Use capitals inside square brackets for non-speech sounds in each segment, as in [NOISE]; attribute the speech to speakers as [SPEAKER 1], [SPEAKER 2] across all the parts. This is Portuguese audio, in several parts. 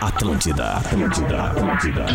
[SPEAKER 1] Atlântida, Atlântida, Atlântida.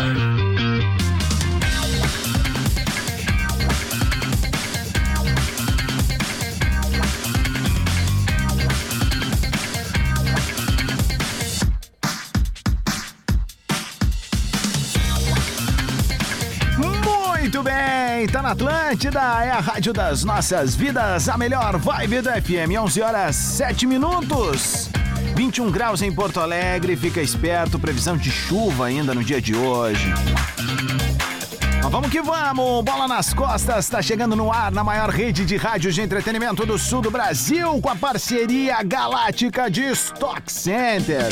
[SPEAKER 2] Muito bem, tá na Atlântida, é a rádio das nossas vidas, a melhor vibe do FM, 11 horas 7 minutos. 21 graus em Porto Alegre, fica esperto, previsão de chuva ainda no dia de hoje. Mas vamos que vamos! Bola nas costas está chegando no ar na maior rede de rádios de entretenimento do sul do Brasil com a parceria galáctica de Stock Center.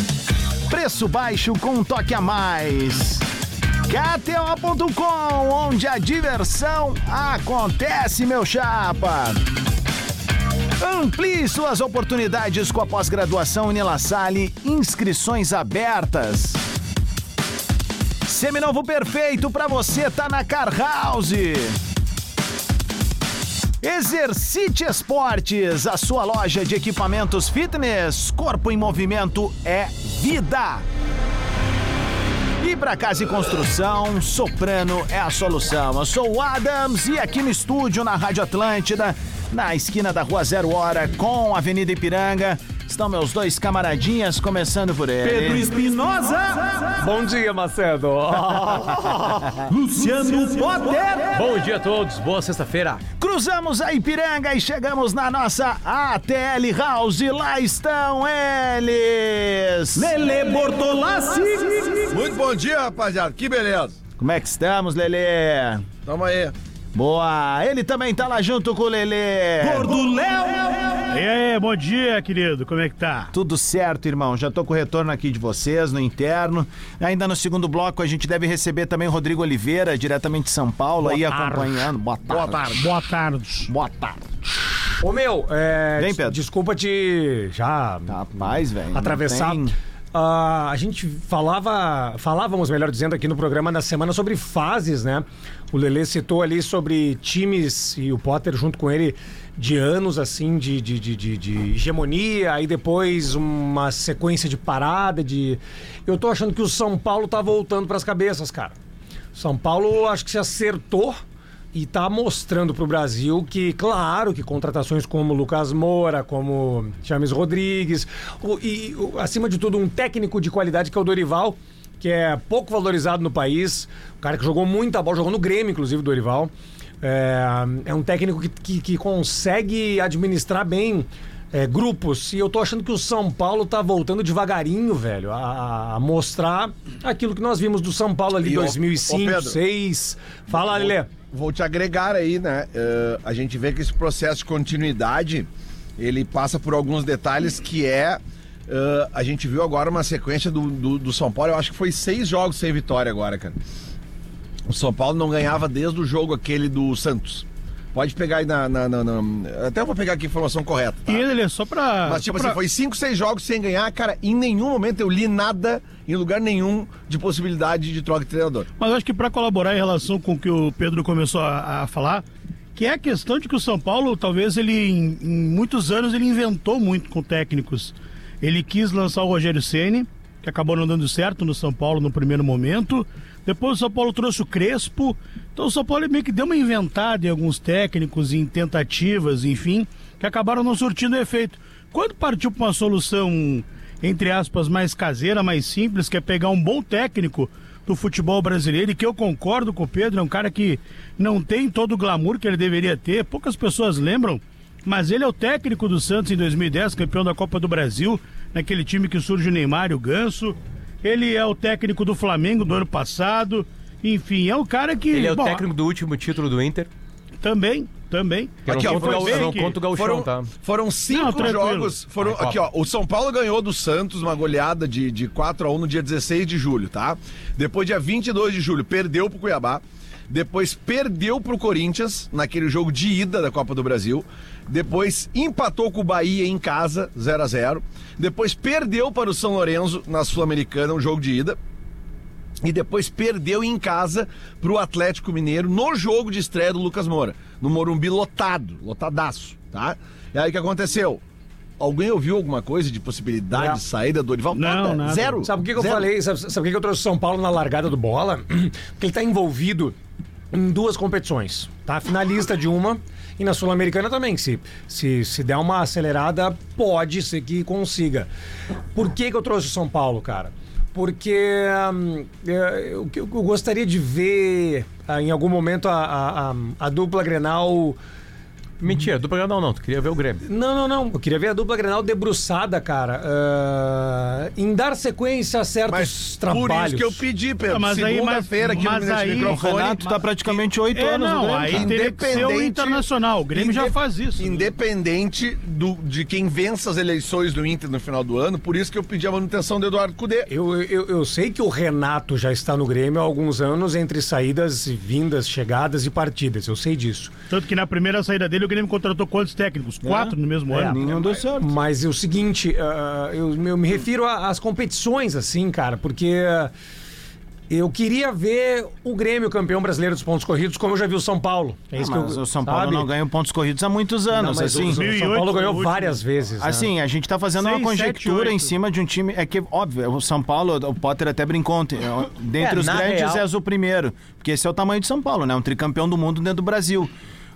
[SPEAKER 2] Preço baixo com um toque a mais. KTO.com, onde a diversão acontece, meu chapa. Amplie suas oportunidades com a pós-graduação Unila Salle, inscrições abertas. Seminovo perfeito pra você tá na Car House. Exercite Esportes, a sua loja de equipamentos fitness. Corpo em movimento é vida. E para casa e construção, Soprano é a solução. Eu sou o Adams e aqui no estúdio na Rádio Atlântida, na esquina da Rua Zero Hora com a Avenida Ipiranga, estão meus dois camaradinhas, começando por ele.
[SPEAKER 3] Pedro Espinosa,
[SPEAKER 4] É. Bom dia, Macedo.
[SPEAKER 3] [LAUGHS] Luciano Potter,
[SPEAKER 4] Bom dia a todos, boa sexta-feira.
[SPEAKER 2] Cruzamos a Ipiranga e chegamos na nossa ATL House. Lá estão eles.
[SPEAKER 3] Lele Bortolassi,
[SPEAKER 5] Muito bom dia, rapaziada. Que beleza.
[SPEAKER 2] Como é que estamos, Lelê?
[SPEAKER 5] Tamo aí.
[SPEAKER 2] Boa, ele também tá lá junto com o Lelê.
[SPEAKER 3] Gordo Léo,
[SPEAKER 6] E aí, bom dia, querido. Como é que tá?
[SPEAKER 2] Tudo certo, irmão. Já tô com o retorno aqui de vocês no interno. Ainda no segundo bloco a gente deve receber também o Rodrigo Oliveira, diretamente de São Paulo, aí
[SPEAKER 6] tarde.
[SPEAKER 2] acompanhando. Boa tarde. Boa tarde.
[SPEAKER 6] Boa tarde.
[SPEAKER 2] Boa tarde.
[SPEAKER 4] Ô meu, é,
[SPEAKER 2] Vem,
[SPEAKER 4] des-
[SPEAKER 2] Pedro.
[SPEAKER 4] desculpa te já
[SPEAKER 2] Rapaz, velho. não
[SPEAKER 4] atravessar.
[SPEAKER 2] tem-
[SPEAKER 4] Ah, a gente falava, falávamos, melhor dizendo, aqui no programa na semana sobre fases, né? O Lelê citou ali sobre times e o Potter junto com ele de anos assim de, de, de, de- de hegemonia, aí depois uma sequência de parada, de. Eu tô achando que o São Paulo tá voltando pras cabeças, cara. São Paulo acho que se acertou e tá mostrando pro Brasil que, claro, que contratações como Lucas Moura, como James Rodrigues, o- e o- acima de tudo um técnico de qualidade que é o Dorival, que é pouco valorizado no país, um cara que jogou muita bola, jogou no Grêmio, inclusive, Dorival. É, é um técnico que, que, que consegue administrar bem é, grupos. E eu tô achando que o São Paulo tá voltando devagarinho, velho, a, a mostrar aquilo que nós vimos do São Paulo ali em
[SPEAKER 5] E, ô- ô,
[SPEAKER 4] 2005,
[SPEAKER 5] Pedro.
[SPEAKER 4] 2006. Fala, Lelê.
[SPEAKER 5] Vou te agregar aí, né? Eh, a gente vê que esse processo de continuidade, ele passa por alguns detalhes que é... eh, a gente viu agora uma sequência do, do, do São Paulo, eu acho que foi seis jogos sem vitória agora, cara. O São Paulo não ganhava desde o jogo aquele do Santos. Pode pegar aí na... na- na- na- até eu vou pegar aqui a informação correta. tá?
[SPEAKER 6] E ele, ele é só pra.
[SPEAKER 5] Mas, tipo
[SPEAKER 6] só pra...
[SPEAKER 5] assim, foi 5, 6 jogos sem ganhar, cara. Em nenhum momento eu li nada, em lugar nenhum, de possibilidade de troca de treinador.
[SPEAKER 6] Mas eu acho que pra colaborar em relação com o que o Pedro começou a, a falar, que é a questão de que o São Paulo, talvez ele, em, em muitos anos, ele inventou muito com técnicos. Ele quis lançar o Rogério Ceni, que acabou não dando certo no São Paulo no primeiro momento. Depois o São Paulo trouxe o Crespo. Então o São Paulo meio que deu uma inventada em alguns técnicos, em tentativas, enfim, que acabaram não surtindo efeito. Quando partiu para uma solução entre aspas, mais caseira, mais simples, que é pegar um bom técnico do futebol brasileiro, e que eu concordo com o Pedro, é um cara que não tem todo o glamour que ele deveria ter, poucas pessoas lembram, mas ele é o técnico do Santos em 2010, campeão da Copa do Brasil, naquele time que surge o Neymar e o Ganso, ele é o técnico do Flamengo do ano passado, enfim, é um cara que...
[SPEAKER 7] Ele é o
[SPEAKER 6] bom,
[SPEAKER 7] técnico do último título do Inter.
[SPEAKER 6] Também, também.
[SPEAKER 7] Eu
[SPEAKER 5] Aqui, ó,
[SPEAKER 7] não conto
[SPEAKER 5] foi
[SPEAKER 7] o Gau-
[SPEAKER 6] bem
[SPEAKER 7] eu não
[SPEAKER 6] que
[SPEAKER 7] conto o
[SPEAKER 5] Foram,
[SPEAKER 7] Gauchão, tá?
[SPEAKER 5] foram cinco
[SPEAKER 6] Não, tranquilo.
[SPEAKER 5] jogos. Foram,
[SPEAKER 7] Vai,
[SPEAKER 5] aqui, ó. O São Paulo ganhou do Santos uma goleada de, de 4x1 no dia 16 de julho, tá? Depois, dia 22 de julho, perdeu pro Cuiabá. Depois perdeu pro Corinthians naquele jogo de ida da Copa do Brasil. Depois empatou com o Bahia em casa, 0 a 0 Depois perdeu para o São Lourenço na Sul-Americana, um jogo de ida. E depois perdeu em casa pro Atlético Mineiro no jogo de estreia do Lucas Moura. No Morumbi lotado, lotadaço, tá? E aí o que aconteceu? Alguém ouviu alguma cocoisa de possibilidade
[SPEAKER 4] Não.
[SPEAKER 5] de saída do Dorival?
[SPEAKER 6] Não,
[SPEAKER 5] Nada.
[SPEAKER 6] nada.
[SPEAKER 5] Zero.
[SPEAKER 4] Sabe por que, que eu
[SPEAKER 5] Zero.
[SPEAKER 4] falei? Sabe, sabe por que, que eu trouxe São Paulo na largada do bola? [CLEARS THROAT] Porque ele tá envolvido em duas competições. Tá finalista de uma e na Sul-Americana também. que Se, se, se der uma acelerada, pode ser que consiga. Por que, que eu trouxe o São Paulo, cara? Porque hum, é, eu, eu gostaria de ver ah, em algum momento a, a, a- a dupla Grenal.
[SPEAKER 7] Mentira, do programa não, não. Tu queria ver o Grêmio.
[SPEAKER 4] Não, não, não. Eu queria ver a dupla Grenal debruçada, cara. ah, em dar sequência a certos
[SPEAKER 5] Mas por
[SPEAKER 4] trabalhos.
[SPEAKER 5] isso que eu pedi, Pedro.
[SPEAKER 6] Ah, mas aí, mas-
[SPEAKER 5] Segunda-feira aqui no
[SPEAKER 6] mas
[SPEAKER 5] Minuto de
[SPEAKER 6] aí-
[SPEAKER 2] O
[SPEAKER 5] Microfone.
[SPEAKER 2] Renato tá praticamente oito
[SPEAKER 6] É,
[SPEAKER 2] anos no
[SPEAKER 6] não,
[SPEAKER 2] Grêmio,
[SPEAKER 6] aí
[SPEAKER 2] cara.
[SPEAKER 6] teria que ser o
[SPEAKER 5] Independente-
[SPEAKER 6] internacional. O Grêmio já
[SPEAKER 5] Inde-
[SPEAKER 6] faz isso. né?
[SPEAKER 5] Independente do, de quem vença as eleições do Inter no final do ano, por isso que eu pedi a manutenção do Eduardo Cudê.
[SPEAKER 4] Eu, eu, eu sei que o Renato já está no Grêmio há alguns anos entre saídas, e vindas, chegadas e partidas. Eu sei disso.
[SPEAKER 6] Tanto que na primeira saída dele, o Grêmio contratou quantos técnicos?
[SPEAKER 5] Né?
[SPEAKER 6] Quatro no mesmo
[SPEAKER 5] É.
[SPEAKER 6] ano.
[SPEAKER 2] Nenhum deu certo.
[SPEAKER 4] Mas é o seguinte, ah, eu, eu me refiro a- às competições, assim, cara, porque ah, eu queria ver o Grêmio campeão brasileiro dos pontos corridos, como eu já vi o São Paulo. É isso
[SPEAKER 2] Ah, Mas
[SPEAKER 4] que eu,
[SPEAKER 2] o São Paulo
[SPEAKER 4] sabe?
[SPEAKER 2] não ganha pontos corridos há muitos anos,
[SPEAKER 4] mas
[SPEAKER 2] assim.
[SPEAKER 4] o São
[SPEAKER 6] 2008 foi
[SPEAKER 4] Paulo
[SPEAKER 6] o
[SPEAKER 4] ganhou
[SPEAKER 6] último.
[SPEAKER 4] várias vezes. né?
[SPEAKER 2] Assim, a gente tá fazendo uma
[SPEAKER 6] Seis,
[SPEAKER 2] conjectura
[SPEAKER 6] sete,
[SPEAKER 2] em
[SPEAKER 6] oito.
[SPEAKER 2] cima de um time. É que, óbvio, o São Paulo, o Potter até brincou ontem.
[SPEAKER 4] [LAUGHS]
[SPEAKER 2] ó, Dentre
[SPEAKER 7] É,
[SPEAKER 2] os
[SPEAKER 7] na
[SPEAKER 2] grandes,
[SPEAKER 7] real-
[SPEAKER 2] és o primeiro. Porque esse é o tamanho de São Paulo, né? Um tricampeão do mundo dentro do Brasil.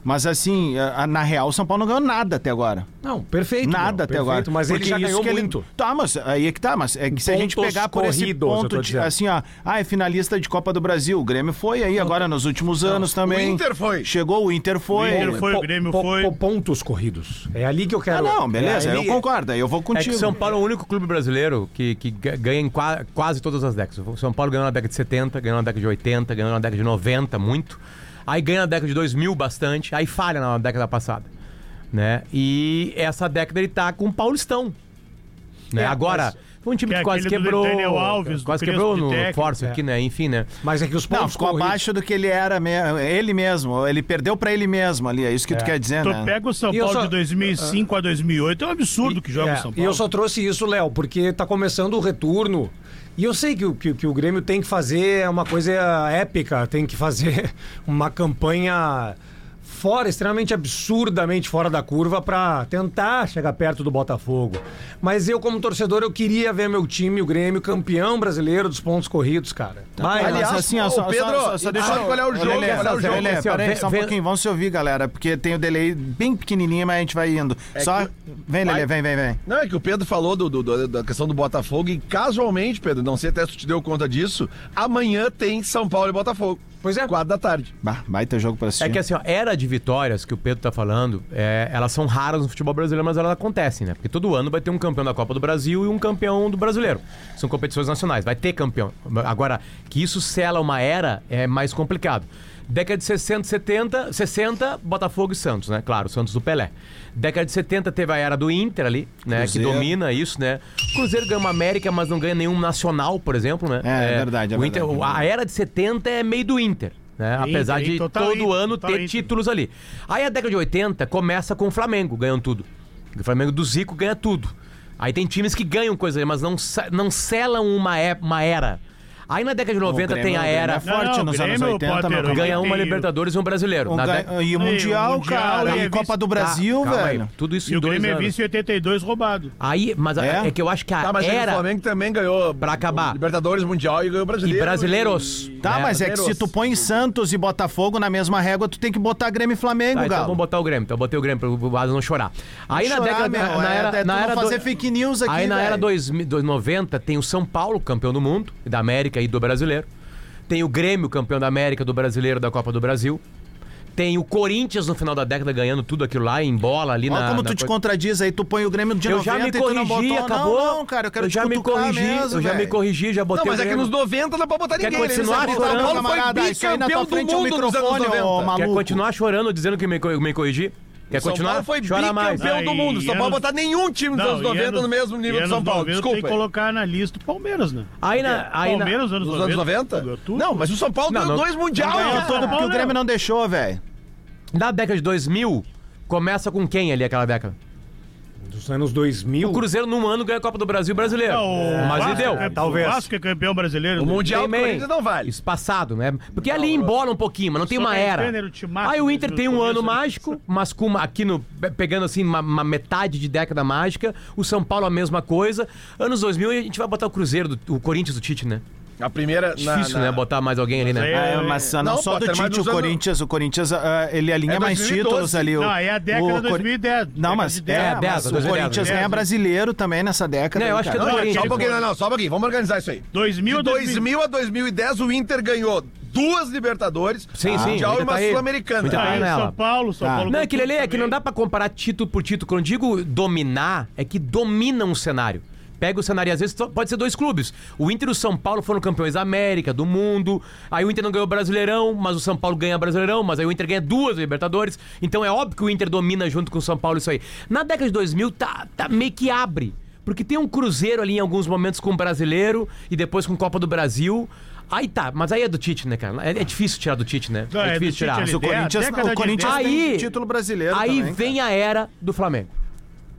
[SPEAKER 2] Mas assim, a- a- na real, o São Paulo não ganhou nada até agora.
[SPEAKER 4] Não, perfeito.
[SPEAKER 2] Nada
[SPEAKER 4] meu,
[SPEAKER 2] até
[SPEAKER 4] perfeito,
[SPEAKER 2] agora.
[SPEAKER 4] Mas é
[SPEAKER 2] Porque
[SPEAKER 4] ele já
[SPEAKER 2] isso
[SPEAKER 4] ganhou
[SPEAKER 2] que
[SPEAKER 4] muito.
[SPEAKER 2] Tá, mas aí é que tá, mas é que se a gente
[SPEAKER 4] Pontos
[SPEAKER 2] pegar por esse
[SPEAKER 4] corridos, é eu
[SPEAKER 2] ponto
[SPEAKER 4] tô
[SPEAKER 2] de,
[SPEAKER 4] dizendo.
[SPEAKER 2] assim, ó, ah, é finalista de Copa do Brasil, o Grêmio foi aí agora nos últimnos anos também.
[SPEAKER 5] O Inter foi.
[SPEAKER 2] Chegou o Inter foi.
[SPEAKER 6] O Inter foi, o
[SPEAKER 4] Po-
[SPEAKER 6] Grêmio
[SPEAKER 4] po-
[SPEAKER 6] foi.
[SPEAKER 4] po- Pontos corridos. É ali que eu
[SPEAKER 2] Ah,
[SPEAKER 4] quero.
[SPEAKER 2] não, beleza,
[SPEAKER 4] É
[SPEAKER 2] eu
[SPEAKER 4] ali-
[SPEAKER 2] concordo, aí eu vou
[SPEAKER 7] É
[SPEAKER 2] contigo.
[SPEAKER 7] que São Paulo é o único clube brasileiro que, que ga- ganha em qua- quase todas as décadas. O São Paulo ganhou na década de 70, ganhou na década de 80, ganhou na década de 90, muito. Aí ganha na década de 2000 bastante, aí falha na década passada. Né? E essa década ele tá com o Paulistão. Né?
[SPEAKER 4] É,
[SPEAKER 7] Agora,
[SPEAKER 4] mas-
[SPEAKER 7] foi um time
[SPEAKER 6] Que é
[SPEAKER 7] que quase
[SPEAKER 6] aquele do
[SPEAKER 7] quebrou.
[SPEAKER 6] Daniel Alves, do
[SPEAKER 7] quase
[SPEAKER 6] Crespo
[SPEAKER 7] quebrou
[SPEAKER 6] de
[SPEAKER 7] no
[SPEAKER 6] técnico,
[SPEAKER 7] Force
[SPEAKER 4] é.
[SPEAKER 7] aqui, né? Enfim, né?
[SPEAKER 4] Mas é que os pontos
[SPEAKER 2] Não, ficou
[SPEAKER 4] corridos-
[SPEAKER 2] abaixo do que ele era, me- ele mesmo. Ele perdeu pra ele mesmo ali, é isso que tu quer dizer,
[SPEAKER 6] Tu
[SPEAKER 2] né?
[SPEAKER 6] pega o São
[SPEAKER 4] E eu
[SPEAKER 6] Paulo
[SPEAKER 4] só-
[SPEAKER 6] de 2005 a 2008, é um absurdo que joga
[SPEAKER 4] É,
[SPEAKER 6] o São
[SPEAKER 4] E
[SPEAKER 6] Paulo.
[SPEAKER 4] eu só trouxe isso, Léo, porque tá começando o retorno. E eu sei que, o- que, o- que o Grêmio tem que fazer é uma coisa épica, tem que fazer [LAUGHS] uma campanha fora, extremamente absurdamente fora da curva pra tentar chegar perto do Botafogo. Mas eu, como torcedor, eu queria ver meu time, o Grêmio, campeão brasileiro dos pontos corridos, cara. Vai,
[SPEAKER 2] Aliás,
[SPEAKER 4] Lázaro.
[SPEAKER 2] assim, ó,
[SPEAKER 5] ô,
[SPEAKER 2] só, só-
[SPEAKER 5] Pedro,
[SPEAKER 2] só, só
[SPEAKER 5] e
[SPEAKER 2] deixa
[SPEAKER 5] sabe qual é o
[SPEAKER 2] Ô,
[SPEAKER 5] jogo,
[SPEAKER 2] Lelê,
[SPEAKER 5] qual é o
[SPEAKER 2] Lelê,
[SPEAKER 5] jogo?
[SPEAKER 2] Lelê,
[SPEAKER 7] Assim, ó,
[SPEAKER 2] peraí,
[SPEAKER 7] vem-
[SPEAKER 2] só um
[SPEAKER 7] vem-
[SPEAKER 2] pouquinho, vamos se ouvir, galera, porque tem o delay bem pequenininho, mas a gente vai indo.
[SPEAKER 7] É
[SPEAKER 2] só, vem, Lelê, vem, vem, vem.
[SPEAKER 5] Não, é que o Pedro falou do- do- do- da questão do Botafogo e casualmente, Pedro, não sei até se tu te deu conta disso, amanhã tem São Paulo e Botafogo.
[SPEAKER 4] Pois é.
[SPEAKER 5] Quatro da tarde.
[SPEAKER 2] Bah, baita jogo pra assistir.
[SPEAKER 7] É que assim, ó, era de vitórias que o Pedro tá falando, é, elas são raras no futebol brasileiro, mas elas acontecem, né? Porque todo ano vai ter um campeão da Copa do Brasil e um campeão do brasileiro. São competições nacionais, vai ter campeão. Agora, que isso sela uma era é mais complicado. Década de 60, 70, 60, Botafogo e Santos, né? Claro, Santos do Pelé. Década de 70 teve a era do Inter ali, né?
[SPEAKER 2] Cruzeiro.
[SPEAKER 7] Que domina isso, né? O Cruzeiro ganha uma América, mas não ganha nenhum nacional, por exemplo, né?
[SPEAKER 2] É, é verdade, é
[SPEAKER 7] o Inter,
[SPEAKER 2] verdade.
[SPEAKER 7] A era de 70 é meio do Inter. Né?
[SPEAKER 6] Inter,
[SPEAKER 7] Apesar de
[SPEAKER 6] hein? Total
[SPEAKER 7] todo
[SPEAKER 6] Inter,
[SPEAKER 7] ano
[SPEAKER 6] total
[SPEAKER 7] ter
[SPEAKER 6] Inter.
[SPEAKER 7] títulos ali. Aí a década de 80 começa com o Flamengo ganhando tudo. O Flamengo do Zico ganha tudo. Aí tem times que ganham coisa, mas não, sa- não selam uma, é- uma era. Aí na década de 90
[SPEAKER 2] Grêmio-
[SPEAKER 7] tem
[SPEAKER 2] o
[SPEAKER 7] a
[SPEAKER 2] Grêmio
[SPEAKER 7] era
[SPEAKER 2] é forte
[SPEAKER 6] Não,
[SPEAKER 2] nos
[SPEAKER 6] o
[SPEAKER 2] anos
[SPEAKER 6] Grêmio,
[SPEAKER 2] 80, meu
[SPEAKER 6] Potter,
[SPEAKER 2] cara.
[SPEAKER 7] ganhar uma
[SPEAKER 6] tem o-
[SPEAKER 7] Libertadores e um brasileiro.
[SPEAKER 2] Um
[SPEAKER 7] Na
[SPEAKER 2] ga-
[SPEAKER 7] década-
[SPEAKER 2] E o
[SPEAKER 6] Aí, o
[SPEAKER 2] Mundial,
[SPEAKER 6] Mundial,
[SPEAKER 2] cara,
[SPEAKER 6] e
[SPEAKER 2] e
[SPEAKER 6] a
[SPEAKER 2] Copa
[SPEAKER 6] vice-
[SPEAKER 2] do Brasil,
[SPEAKER 7] Calma aí,
[SPEAKER 2] velho.
[SPEAKER 7] Tudo isso
[SPEAKER 6] E
[SPEAKER 7] em
[SPEAKER 6] o
[SPEAKER 7] dois
[SPEAKER 6] Grêmio é
[SPEAKER 7] anos.
[SPEAKER 6] vice em 82 roubado.
[SPEAKER 7] Aí, mas a-
[SPEAKER 2] É?
[SPEAKER 7] é? que eu acho que a
[SPEAKER 5] Tá, mas aí o
[SPEAKER 7] era
[SPEAKER 5] Flamengo também ganhou
[SPEAKER 7] Pra acabar.
[SPEAKER 5] Libertadores Mundial e ganhou
[SPEAKER 7] e
[SPEAKER 5] brasileiro.
[SPEAKER 7] brasileiros.
[SPEAKER 2] Tá,
[SPEAKER 7] né?
[SPEAKER 2] mas é que se tu põe Santos e Botafogo na mesma régua, tu tem que botar Grêmio e Flamengo,
[SPEAKER 7] Tá, então
[SPEAKER 2] Galo.
[SPEAKER 7] vamos botar o Grêmio. Então eu botei o Grêmio para o Asa não chorar. Aí na
[SPEAKER 2] Chorar,
[SPEAKER 7] década
[SPEAKER 2] meu,
[SPEAKER 7] na, na
[SPEAKER 2] é-
[SPEAKER 7] era,
[SPEAKER 2] é tu
[SPEAKER 7] na
[SPEAKER 2] não
[SPEAKER 7] era
[SPEAKER 2] fazer
[SPEAKER 7] do-
[SPEAKER 2] fake news aqui, é.
[SPEAKER 7] Aí na era
[SPEAKER 2] velho.
[SPEAKER 7] 2000 2090 tem o São Paulo, campeão do mundo, da América e do Brasileiro. Tem o Grêmio, campeão da América, do Brasileiro, da Copa do Brasil. Tem o Corinthians no final da década ganhando tudo aquilo lá em bola ali
[SPEAKER 2] Olha
[SPEAKER 7] na
[SPEAKER 2] como
[SPEAKER 7] na
[SPEAKER 2] tu te
[SPEAKER 7] coisa.
[SPEAKER 2] contradiz aí, tu põe o Grêmio de
[SPEAKER 7] Eu
[SPEAKER 2] 90
[SPEAKER 7] já me
[SPEAKER 2] e tu não
[SPEAKER 7] corrigi,
[SPEAKER 2] botou.
[SPEAKER 7] acabou.
[SPEAKER 2] Não, não, cara, eu quero
[SPEAKER 7] eu
[SPEAKER 2] te
[SPEAKER 7] já me
[SPEAKER 2] cutucar
[SPEAKER 7] corrigi,
[SPEAKER 2] mesmo,
[SPEAKER 7] eu já me
[SPEAKER 2] velho.
[SPEAKER 7] corrigi, já botei
[SPEAKER 5] Não, mas
[SPEAKER 7] o
[SPEAKER 5] é que nos
[SPEAKER 7] Grêmio.
[SPEAKER 5] 90 não dá pra botar
[SPEAKER 7] Quer
[SPEAKER 5] ninguém.
[SPEAKER 7] continuar
[SPEAKER 5] né?
[SPEAKER 7] chorando,
[SPEAKER 5] São Paulo
[SPEAKER 2] camarada?
[SPEAKER 5] foi
[SPEAKER 2] Isso aí na tua
[SPEAKER 5] bicampeão do
[SPEAKER 2] frente é o
[SPEAKER 5] mundo nos anos
[SPEAKER 2] microfone, ô
[SPEAKER 5] 90.
[SPEAKER 2] maluco.
[SPEAKER 7] Quer continuar chorando dizendo que me, co- me corrigi? Quer
[SPEAKER 5] São
[SPEAKER 7] continuar?
[SPEAKER 5] Paulo foi
[SPEAKER 7] Chora mais.
[SPEAKER 5] bicampeão do
[SPEAKER 6] Aí,
[SPEAKER 5] mundo. São Paulo
[SPEAKER 6] anos-
[SPEAKER 5] botar nenhum time dos anos
[SPEAKER 6] e
[SPEAKER 5] 90
[SPEAKER 6] anos-
[SPEAKER 5] no mesmo nível
[SPEAKER 6] e
[SPEAKER 5] de
[SPEAKER 6] anos
[SPEAKER 5] São Paulo.
[SPEAKER 6] 90 Tem que
[SPEAKER 5] Desculpa.
[SPEAKER 6] colocar na lista o Palmeiras, né?
[SPEAKER 7] Aí na, É, aí na,
[SPEAKER 6] Palmeiras, anos
[SPEAKER 5] Nos
[SPEAKER 6] 90.
[SPEAKER 5] anos 90?
[SPEAKER 6] ganhou tudo.
[SPEAKER 5] Não, mas o São Paulo
[SPEAKER 7] Não,
[SPEAKER 5] ganhou
[SPEAKER 7] não-
[SPEAKER 5] dois mundial,
[SPEAKER 6] não ganhou
[SPEAKER 5] cara.
[SPEAKER 6] todo
[SPEAKER 2] Porque o Grêmio não deixou, velho.
[SPEAKER 7] Na década de 2000, começa com quem ali aquela década?
[SPEAKER 4] nos anos 2000.
[SPEAKER 7] O Cruzeiro, num ano, ganha a Copa do Brasil brasileiro.
[SPEAKER 6] o
[SPEAKER 7] Mas e
[SPEAKER 6] Vasco
[SPEAKER 7] deu.
[SPEAKER 6] é-
[SPEAKER 4] talvez.
[SPEAKER 6] O Vasco é campeão brasileiro.
[SPEAKER 5] O Mundial do
[SPEAKER 7] Também.
[SPEAKER 5] Corinthians não vale.
[SPEAKER 7] Isso passado, né? Porque ali embola um pouquinho, mas não tem
[SPEAKER 6] Só
[SPEAKER 7] uma
[SPEAKER 6] tem
[SPEAKER 7] era.
[SPEAKER 6] Fener, o né? Timaço,
[SPEAKER 7] Aí o Inter
[SPEAKER 6] no
[SPEAKER 7] tem um ano
[SPEAKER 6] começo.
[SPEAKER 7] mágico, mas com uma, aqui no pe- pegando assim uma, uma metade de década mágica, o São Paulo a mesma coisa. Anos 2000 a gente vai botar o Cruzeiro, do- o Corinthians do Tite, né?
[SPEAKER 5] A primeira. na-
[SPEAKER 7] Difícil,
[SPEAKER 5] na-
[SPEAKER 7] né, botar mais alguém ali, né?
[SPEAKER 6] aí-
[SPEAKER 2] Ah, mas ah, não,
[SPEAKER 5] Não,
[SPEAKER 2] só
[SPEAKER 5] Potter,
[SPEAKER 2] do
[SPEAKER 5] mas
[SPEAKER 2] Tite, o
[SPEAKER 5] nos anos-
[SPEAKER 2] Corinthians, o Corinthians, ah, ele alinha
[SPEAKER 5] É
[SPEAKER 2] mais
[SPEAKER 5] 2012.
[SPEAKER 2] títulos ali. o-
[SPEAKER 6] Não, é a década
[SPEAKER 2] o Cor-
[SPEAKER 6] de 2010,
[SPEAKER 2] Não, mas,
[SPEAKER 6] década de
[SPEAKER 2] é,
[SPEAKER 7] 10,
[SPEAKER 2] mas o
[SPEAKER 7] 2010,
[SPEAKER 2] Corinthians
[SPEAKER 7] 10.
[SPEAKER 2] ganha brasileiro também nessa década.
[SPEAKER 7] Não, eu
[SPEAKER 2] aí,
[SPEAKER 7] acho que é
[SPEAKER 2] cara.
[SPEAKER 7] do
[SPEAKER 5] Só
[SPEAKER 7] Corinthians.
[SPEAKER 5] um pouquinho, não, não, só um pouquinho. Vamos organizar isso aí.
[SPEAKER 6] 2000
[SPEAKER 5] De 2000 a 2010, o Inter ganhou duas Libertadores,
[SPEAKER 7] Sim, sim,
[SPEAKER 5] Mundial
[SPEAKER 7] ainda
[SPEAKER 5] e uma
[SPEAKER 7] tá aí.
[SPEAKER 5] Sul-Americana.
[SPEAKER 7] Muito
[SPEAKER 6] Ah,
[SPEAKER 7] bem.
[SPEAKER 6] e o
[SPEAKER 7] nela.
[SPEAKER 6] São Paulo, São
[SPEAKER 2] Tá.
[SPEAKER 6] Paulo.
[SPEAKER 7] Não, é
[SPEAKER 6] com
[SPEAKER 7] que Lelê, é
[SPEAKER 6] tudo
[SPEAKER 7] que não dá
[SPEAKER 6] também.
[SPEAKER 7] pra comparar título por título. Quando eu digo dominar, é que domina um cenário. Pega o cenário, e às vezes só- pode ser dois clubes. O Inter e o São Paulo foram campeões da América, do mundo. Aí o Inter não ganhou o Brasileirão, mas o São Paulo ganha o Brasileirão, mas aí o Inter ganha duas Libertadores. Então é óbvio que o Inter domina junto com o São Paulo isso aí. Na década de 2000, tá, tá meio que abre. Porque tem um Cruzeiro ali em alguns momentos com o Brasileiro e depois com Copa do Brasil. Aí tá, mas aí é do Tite, né, cara? É, é difícil tirar do Tite, né?
[SPEAKER 6] Não, é do
[SPEAKER 7] difícil
[SPEAKER 6] Tite ali.
[SPEAKER 2] Mas o
[SPEAKER 6] É, a
[SPEAKER 2] Corinthians,
[SPEAKER 6] década
[SPEAKER 2] o
[SPEAKER 6] de
[SPEAKER 2] Corinthians
[SPEAKER 7] dez.
[SPEAKER 2] tem
[SPEAKER 7] Aí-
[SPEAKER 2] título brasileiro
[SPEAKER 7] Aí
[SPEAKER 2] também,
[SPEAKER 7] vem a era do Flamengo.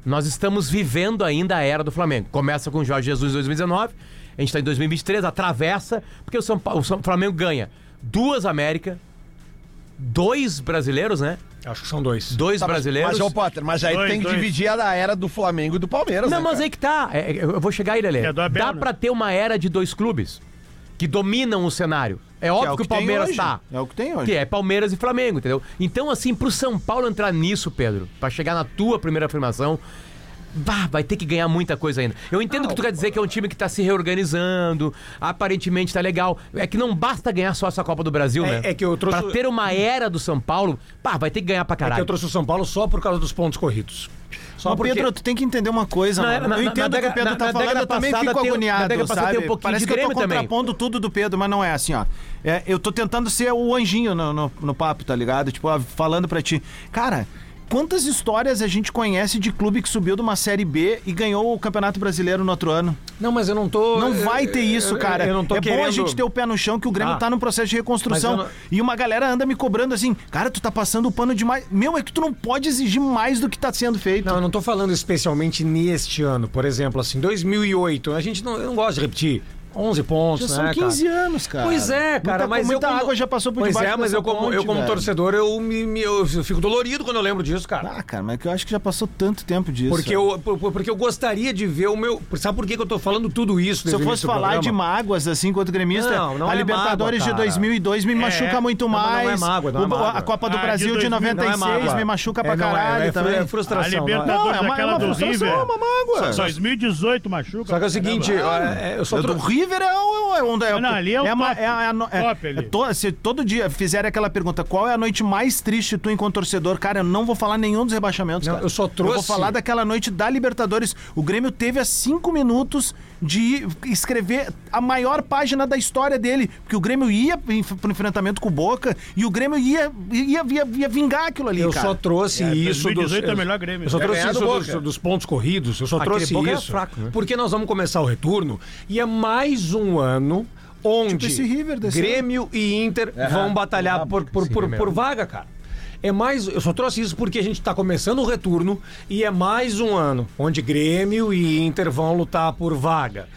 [SPEAKER 7] Nós estamos vivendo ainda a era do Flamengo. Começa com o Jorge Jesus em 2019, a gente está em 2023, atravessa, porque o, São Paulo, o São- Flamengo ganha duas América, dois brasileiros, né?
[SPEAKER 4] Acho que são dois.
[SPEAKER 7] Dois
[SPEAKER 5] Tá, mas- Mas,
[SPEAKER 7] brasileiros.
[SPEAKER 5] ô Potter, mas aí
[SPEAKER 6] Dois,
[SPEAKER 5] tem que
[SPEAKER 6] dois.
[SPEAKER 5] dividir a da era do Flamengo e do Palmeiras.
[SPEAKER 7] Não,
[SPEAKER 5] né,
[SPEAKER 7] mas
[SPEAKER 5] cara?
[SPEAKER 7] aí que tá. É, é, Eu vou chegar aí, Lelê.
[SPEAKER 6] É do Abel,
[SPEAKER 7] Dá
[SPEAKER 6] né?
[SPEAKER 7] pra ter uma era de dois clubes que dominam o cenário. É
[SPEAKER 2] cara.
[SPEAKER 7] óbvio
[SPEAKER 2] é
[SPEAKER 7] que, o
[SPEAKER 2] tem
[SPEAKER 7] Palmeiras
[SPEAKER 2] hoje.
[SPEAKER 7] tá.
[SPEAKER 2] É o que tem
[SPEAKER 7] Que
[SPEAKER 2] hoje.
[SPEAKER 7] é Palmeiras e Flamengo, entendeu? Então, assim, pro São Paulo entrar nisso, Pedro, pra chegar na tua primeira afirmação, bah, vai ter que ganhar muita coisa ainda. Eu entendo que tu quer dizer que é um time que tá se reorganizando, aparentemente tá legal. É que não basta ganhar só essa Copa do Brasil,
[SPEAKER 4] É-
[SPEAKER 7] né?
[SPEAKER 4] é que eu trouxe-
[SPEAKER 7] Pra ter uma era do São Paulo, bah, vai ter que ganhar pra
[SPEAKER 4] É que
[SPEAKER 7] caralho.
[SPEAKER 4] eu trouxe o São Paulo só por causa dos pontos corridos. Só
[SPEAKER 2] Mas,
[SPEAKER 4] porque...
[SPEAKER 2] Pedro, tu tem que entender uma coisa,
[SPEAKER 7] Na-
[SPEAKER 2] mano.
[SPEAKER 7] na-
[SPEAKER 2] eu
[SPEAKER 7] na-
[SPEAKER 2] entendo
[SPEAKER 7] na
[SPEAKER 2] o que o
[SPEAKER 7] década-
[SPEAKER 2] Pedro
[SPEAKER 7] na-
[SPEAKER 2] tá
[SPEAKER 7] na
[SPEAKER 2] falando, eu
[SPEAKER 7] década
[SPEAKER 2] também
[SPEAKER 7] passada
[SPEAKER 2] fico
[SPEAKER 7] tem- na
[SPEAKER 2] agoniado,
[SPEAKER 7] década passada
[SPEAKER 2] sabe?
[SPEAKER 7] tem um pouquinho
[SPEAKER 2] Parece
[SPEAKER 7] de
[SPEAKER 2] que eu tô
[SPEAKER 7] Grêmio também.
[SPEAKER 2] contrapondo tudo do Pedro, mas não é assim, ó. É, eu tô tentando ser o anjinho no, no, no papo, tá ligado? Tipo, ó, falando pra ti. Cara... Quantas histórias a gente conhece de clube que subiu de uma Série B e ganhou o Campeonato Brasileiro no outro ano?
[SPEAKER 4] Não, mas eu não tô...
[SPEAKER 2] Não vai ter isso,
[SPEAKER 4] eu-
[SPEAKER 2] cara.
[SPEAKER 4] eu não tô
[SPEAKER 2] é bom a
[SPEAKER 4] querendo-
[SPEAKER 2] gente ter o pé no chão que o Grêmio
[SPEAKER 4] Ah.
[SPEAKER 2] tá num processo de reconstrução.
[SPEAKER 4] Mas eu não-
[SPEAKER 2] E uma galera anda me cobrando assim, cara, tu tá passando o pano demais. Meu, é que tu não pode exigir mais do que tá sendo feito.
[SPEAKER 4] Não, eu não tô falando especialmente neste ano. Por exemplo, assim, 2008, a gente não, eu não gosto de repetir. 11
[SPEAKER 2] já
[SPEAKER 4] pontos, né,
[SPEAKER 2] são
[SPEAKER 4] cara?
[SPEAKER 2] 15 anos, cara.
[SPEAKER 4] Pois é,
[SPEAKER 2] Muita-
[SPEAKER 4] cara, mas
[SPEAKER 2] muita
[SPEAKER 4] eu como...
[SPEAKER 2] água já passou por
[SPEAKER 4] pois
[SPEAKER 2] debaixo
[SPEAKER 4] é, mas
[SPEAKER 2] dessa
[SPEAKER 4] eu como, eu
[SPEAKER 2] ponte,
[SPEAKER 4] como
[SPEAKER 2] velho.
[SPEAKER 4] torcedor, eu, me, me- eu fico dolorido quando eu lembro disso, cara.
[SPEAKER 2] Ah, é. cara, mas é que eu acho que já passou tanto tempo disso.
[SPEAKER 4] Porque eu, por- por- porque eu gostaria de ver o meu. Sabe por que, que eu tô falando tudo isso?
[SPEAKER 2] Se eu
[SPEAKER 4] desde o
[SPEAKER 2] fosse
[SPEAKER 4] início do
[SPEAKER 2] falar é de
[SPEAKER 4] programa?
[SPEAKER 2] mágoas, assim, enquanto gremista,
[SPEAKER 4] Não, não
[SPEAKER 2] a
[SPEAKER 4] é
[SPEAKER 2] Libertadores
[SPEAKER 4] mágoa,
[SPEAKER 2] de
[SPEAKER 4] cara. É,
[SPEAKER 2] 2002 me machuca muito
[SPEAKER 4] Não, mas não é
[SPEAKER 2] mais.
[SPEAKER 4] mágoa, não é
[SPEAKER 2] O-
[SPEAKER 4] mágoa.
[SPEAKER 2] A Copa do
[SPEAKER 6] Ah, de
[SPEAKER 2] Brasil de,
[SPEAKER 6] 2000
[SPEAKER 4] Não é
[SPEAKER 2] 96
[SPEAKER 4] mágoa.
[SPEAKER 2] me machuca pra
[SPEAKER 4] É, não, é-
[SPEAKER 2] caralho
[SPEAKER 4] é,
[SPEAKER 2] também.
[SPEAKER 4] É frustração.
[SPEAKER 6] A
[SPEAKER 4] não é?
[SPEAKER 6] Libertadores
[SPEAKER 2] Não, é uma-
[SPEAKER 6] daquela
[SPEAKER 2] é uma
[SPEAKER 6] do
[SPEAKER 2] frustração,
[SPEAKER 6] River.
[SPEAKER 2] é uma mágoa.
[SPEAKER 6] Só- 2018 machuca.
[SPEAKER 4] Só que é o seguinte,
[SPEAKER 6] caramba.
[SPEAKER 4] é, é, eu só
[SPEAKER 2] O do
[SPEAKER 4] trou-
[SPEAKER 2] River é o. É, um- é,
[SPEAKER 6] Não, ali é o
[SPEAKER 2] uma-
[SPEAKER 6] top.
[SPEAKER 2] é a- é a no- é-
[SPEAKER 6] Top ali.
[SPEAKER 2] é to- se todo dia fizerem aquela pergunta, qual é a noite mais triste tu enquanto torcedor? Cara, eu não vou falar nenhum dos rebaixamentos.
[SPEAKER 4] Não,
[SPEAKER 2] cara.
[SPEAKER 4] eu só trouxe-
[SPEAKER 2] vou falar daquela noite da Libertadores. O Grêmio teve a cinco minutos de escrever a maior página da história dele. Porque o Grêmio ia em- pro enfrentamento com o Boca e o Grêmio ia, ia, ia, ia vingar aquilo ali.
[SPEAKER 4] Eu
[SPEAKER 2] cara.
[SPEAKER 4] só trouxe
[SPEAKER 6] É,
[SPEAKER 4] isso.
[SPEAKER 6] 2018
[SPEAKER 4] dos-
[SPEAKER 6] é o melhor Grêmio.
[SPEAKER 4] Eu só
[SPEAKER 6] É
[SPEAKER 4] trouxe
[SPEAKER 5] ganhar
[SPEAKER 4] isso
[SPEAKER 5] do
[SPEAKER 4] dos,
[SPEAKER 5] Boca.
[SPEAKER 4] dos pontos corridos. Eu só
[SPEAKER 7] Aquele
[SPEAKER 4] trouxe
[SPEAKER 7] Boca era
[SPEAKER 4] isso.
[SPEAKER 7] fraco, né?
[SPEAKER 4] Porque nós vamos começar o retorno e é mais um ano onde
[SPEAKER 2] Tipo esse River desse
[SPEAKER 4] Grêmio e Inter vão batalhar por, por,
[SPEAKER 7] esse
[SPEAKER 4] por,
[SPEAKER 7] River.
[SPEAKER 4] por vaga, cara. É mais, eu só trouxe isso porque a gente está começando o retorno e é mais um ano onde Grêmio e Inter vão lutar por vaga.